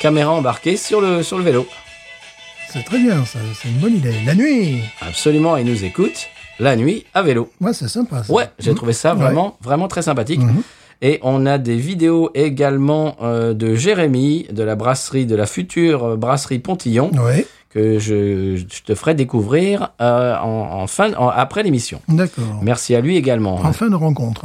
A: Caméra embarquée sur le, sur le vélo.
B: C'est très bien, ça. C'est une bonne idée. La nuit.
A: Absolument, il nous écoute la nuit à vélo.
B: Ouais, c'est sympa. ça. Hmm.
A: Ouais, j'ai trouvé ça
B: Mhm. Ouais. Mhm.
A: vraiment, vraiment très sympathique. Et on a des vidéos également euh, de Jérémy, de la brasserie, de la future euh, brasserie Pontillon,
B: Oui.
A: que je, je te ferai découvrir euh, en, en fin, en- après l'émission.
B: D'accord.
A: Merci à lui également.
B: En fin de rencontre.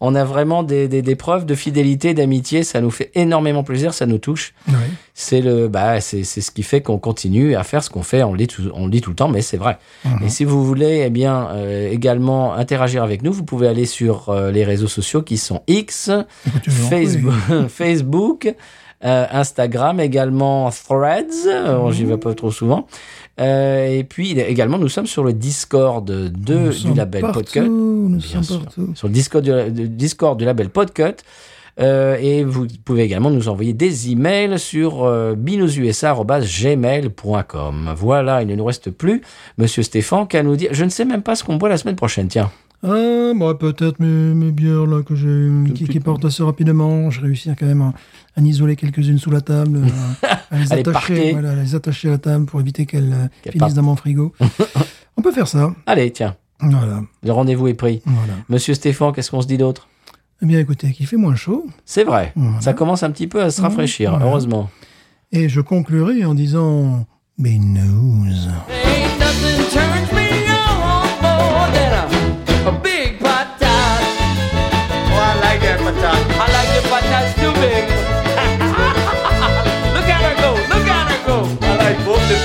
A: On a vraiment des, des- des preuves de fidélité, d'amitié. Ça nous fait énormément plaisir, ça nous touche.
B: Oui.
A: C'est le, bah, c'est c'est ce qui fait qu'on continue à faire ce qu'on fait. On le dit tout, on le dit tout le temps, mais c'est vrai. Et si vous voulez, eh bien, euh, également interagir avec nous, vous pouvez aller sur euh, les réseaux sociaux qui sont X,
B: Écoute, je vous en prie.
A: Facebook, Facebook euh, Instagram également, Threads, euh, j'y
B: Mhm.
A: vais pas trop souvent. Euh, et puis également, nous sommes sur le Discord de,
B: Nous
A: du
B: sommes
A: label
B: partout,
A: Podcut.
B: Nous
A: Bien
B: sommes
A: sûr.
B: partout.
A: Sur le Discord du, du Discord du label Podcut. Euh, et vous pouvez également nous envoyer des emails sur euh, binoususa.gmail.com. Voilà, il ne nous reste plus, monsieur Stéphane, qu'à nous dire. Je ne sais même pas ce qu'on boit la semaine prochaine, tiens.
B: Ah, moi, peut-être mes, mes bières là, que j'ai, qui, qui portent assez rapidement. Je réussis quand même à, à en isoler quelques-unes sous la table, à, à les
A: À les
B: attacher,
A: parquer.
B: voilà, à les attacher à la table pour éviter qu'elles euh,
A: Qu'elles partent.
B: finissent dans mon frigo. On peut faire ça.
A: Allez, tiens,
B: Voilà,
A: le rendez-vous est pris.
B: voilà.
A: Monsieur Stéphane, qu'est-ce qu'on se dit d'autre
B: Eh bien, écoutez, qu'il fait moins chaud.
A: C'est vrai,
B: Voilà.
A: ça commence un petit peu à se rafraîchir,
B: Voilà.
A: heureusement.
B: Et je conclurai en disant, mais news.
C: Ain't nothing turns me on more than a, a big patat. Oh, I like that patat. I like the patats too big. look at her go, look at her go. I like both the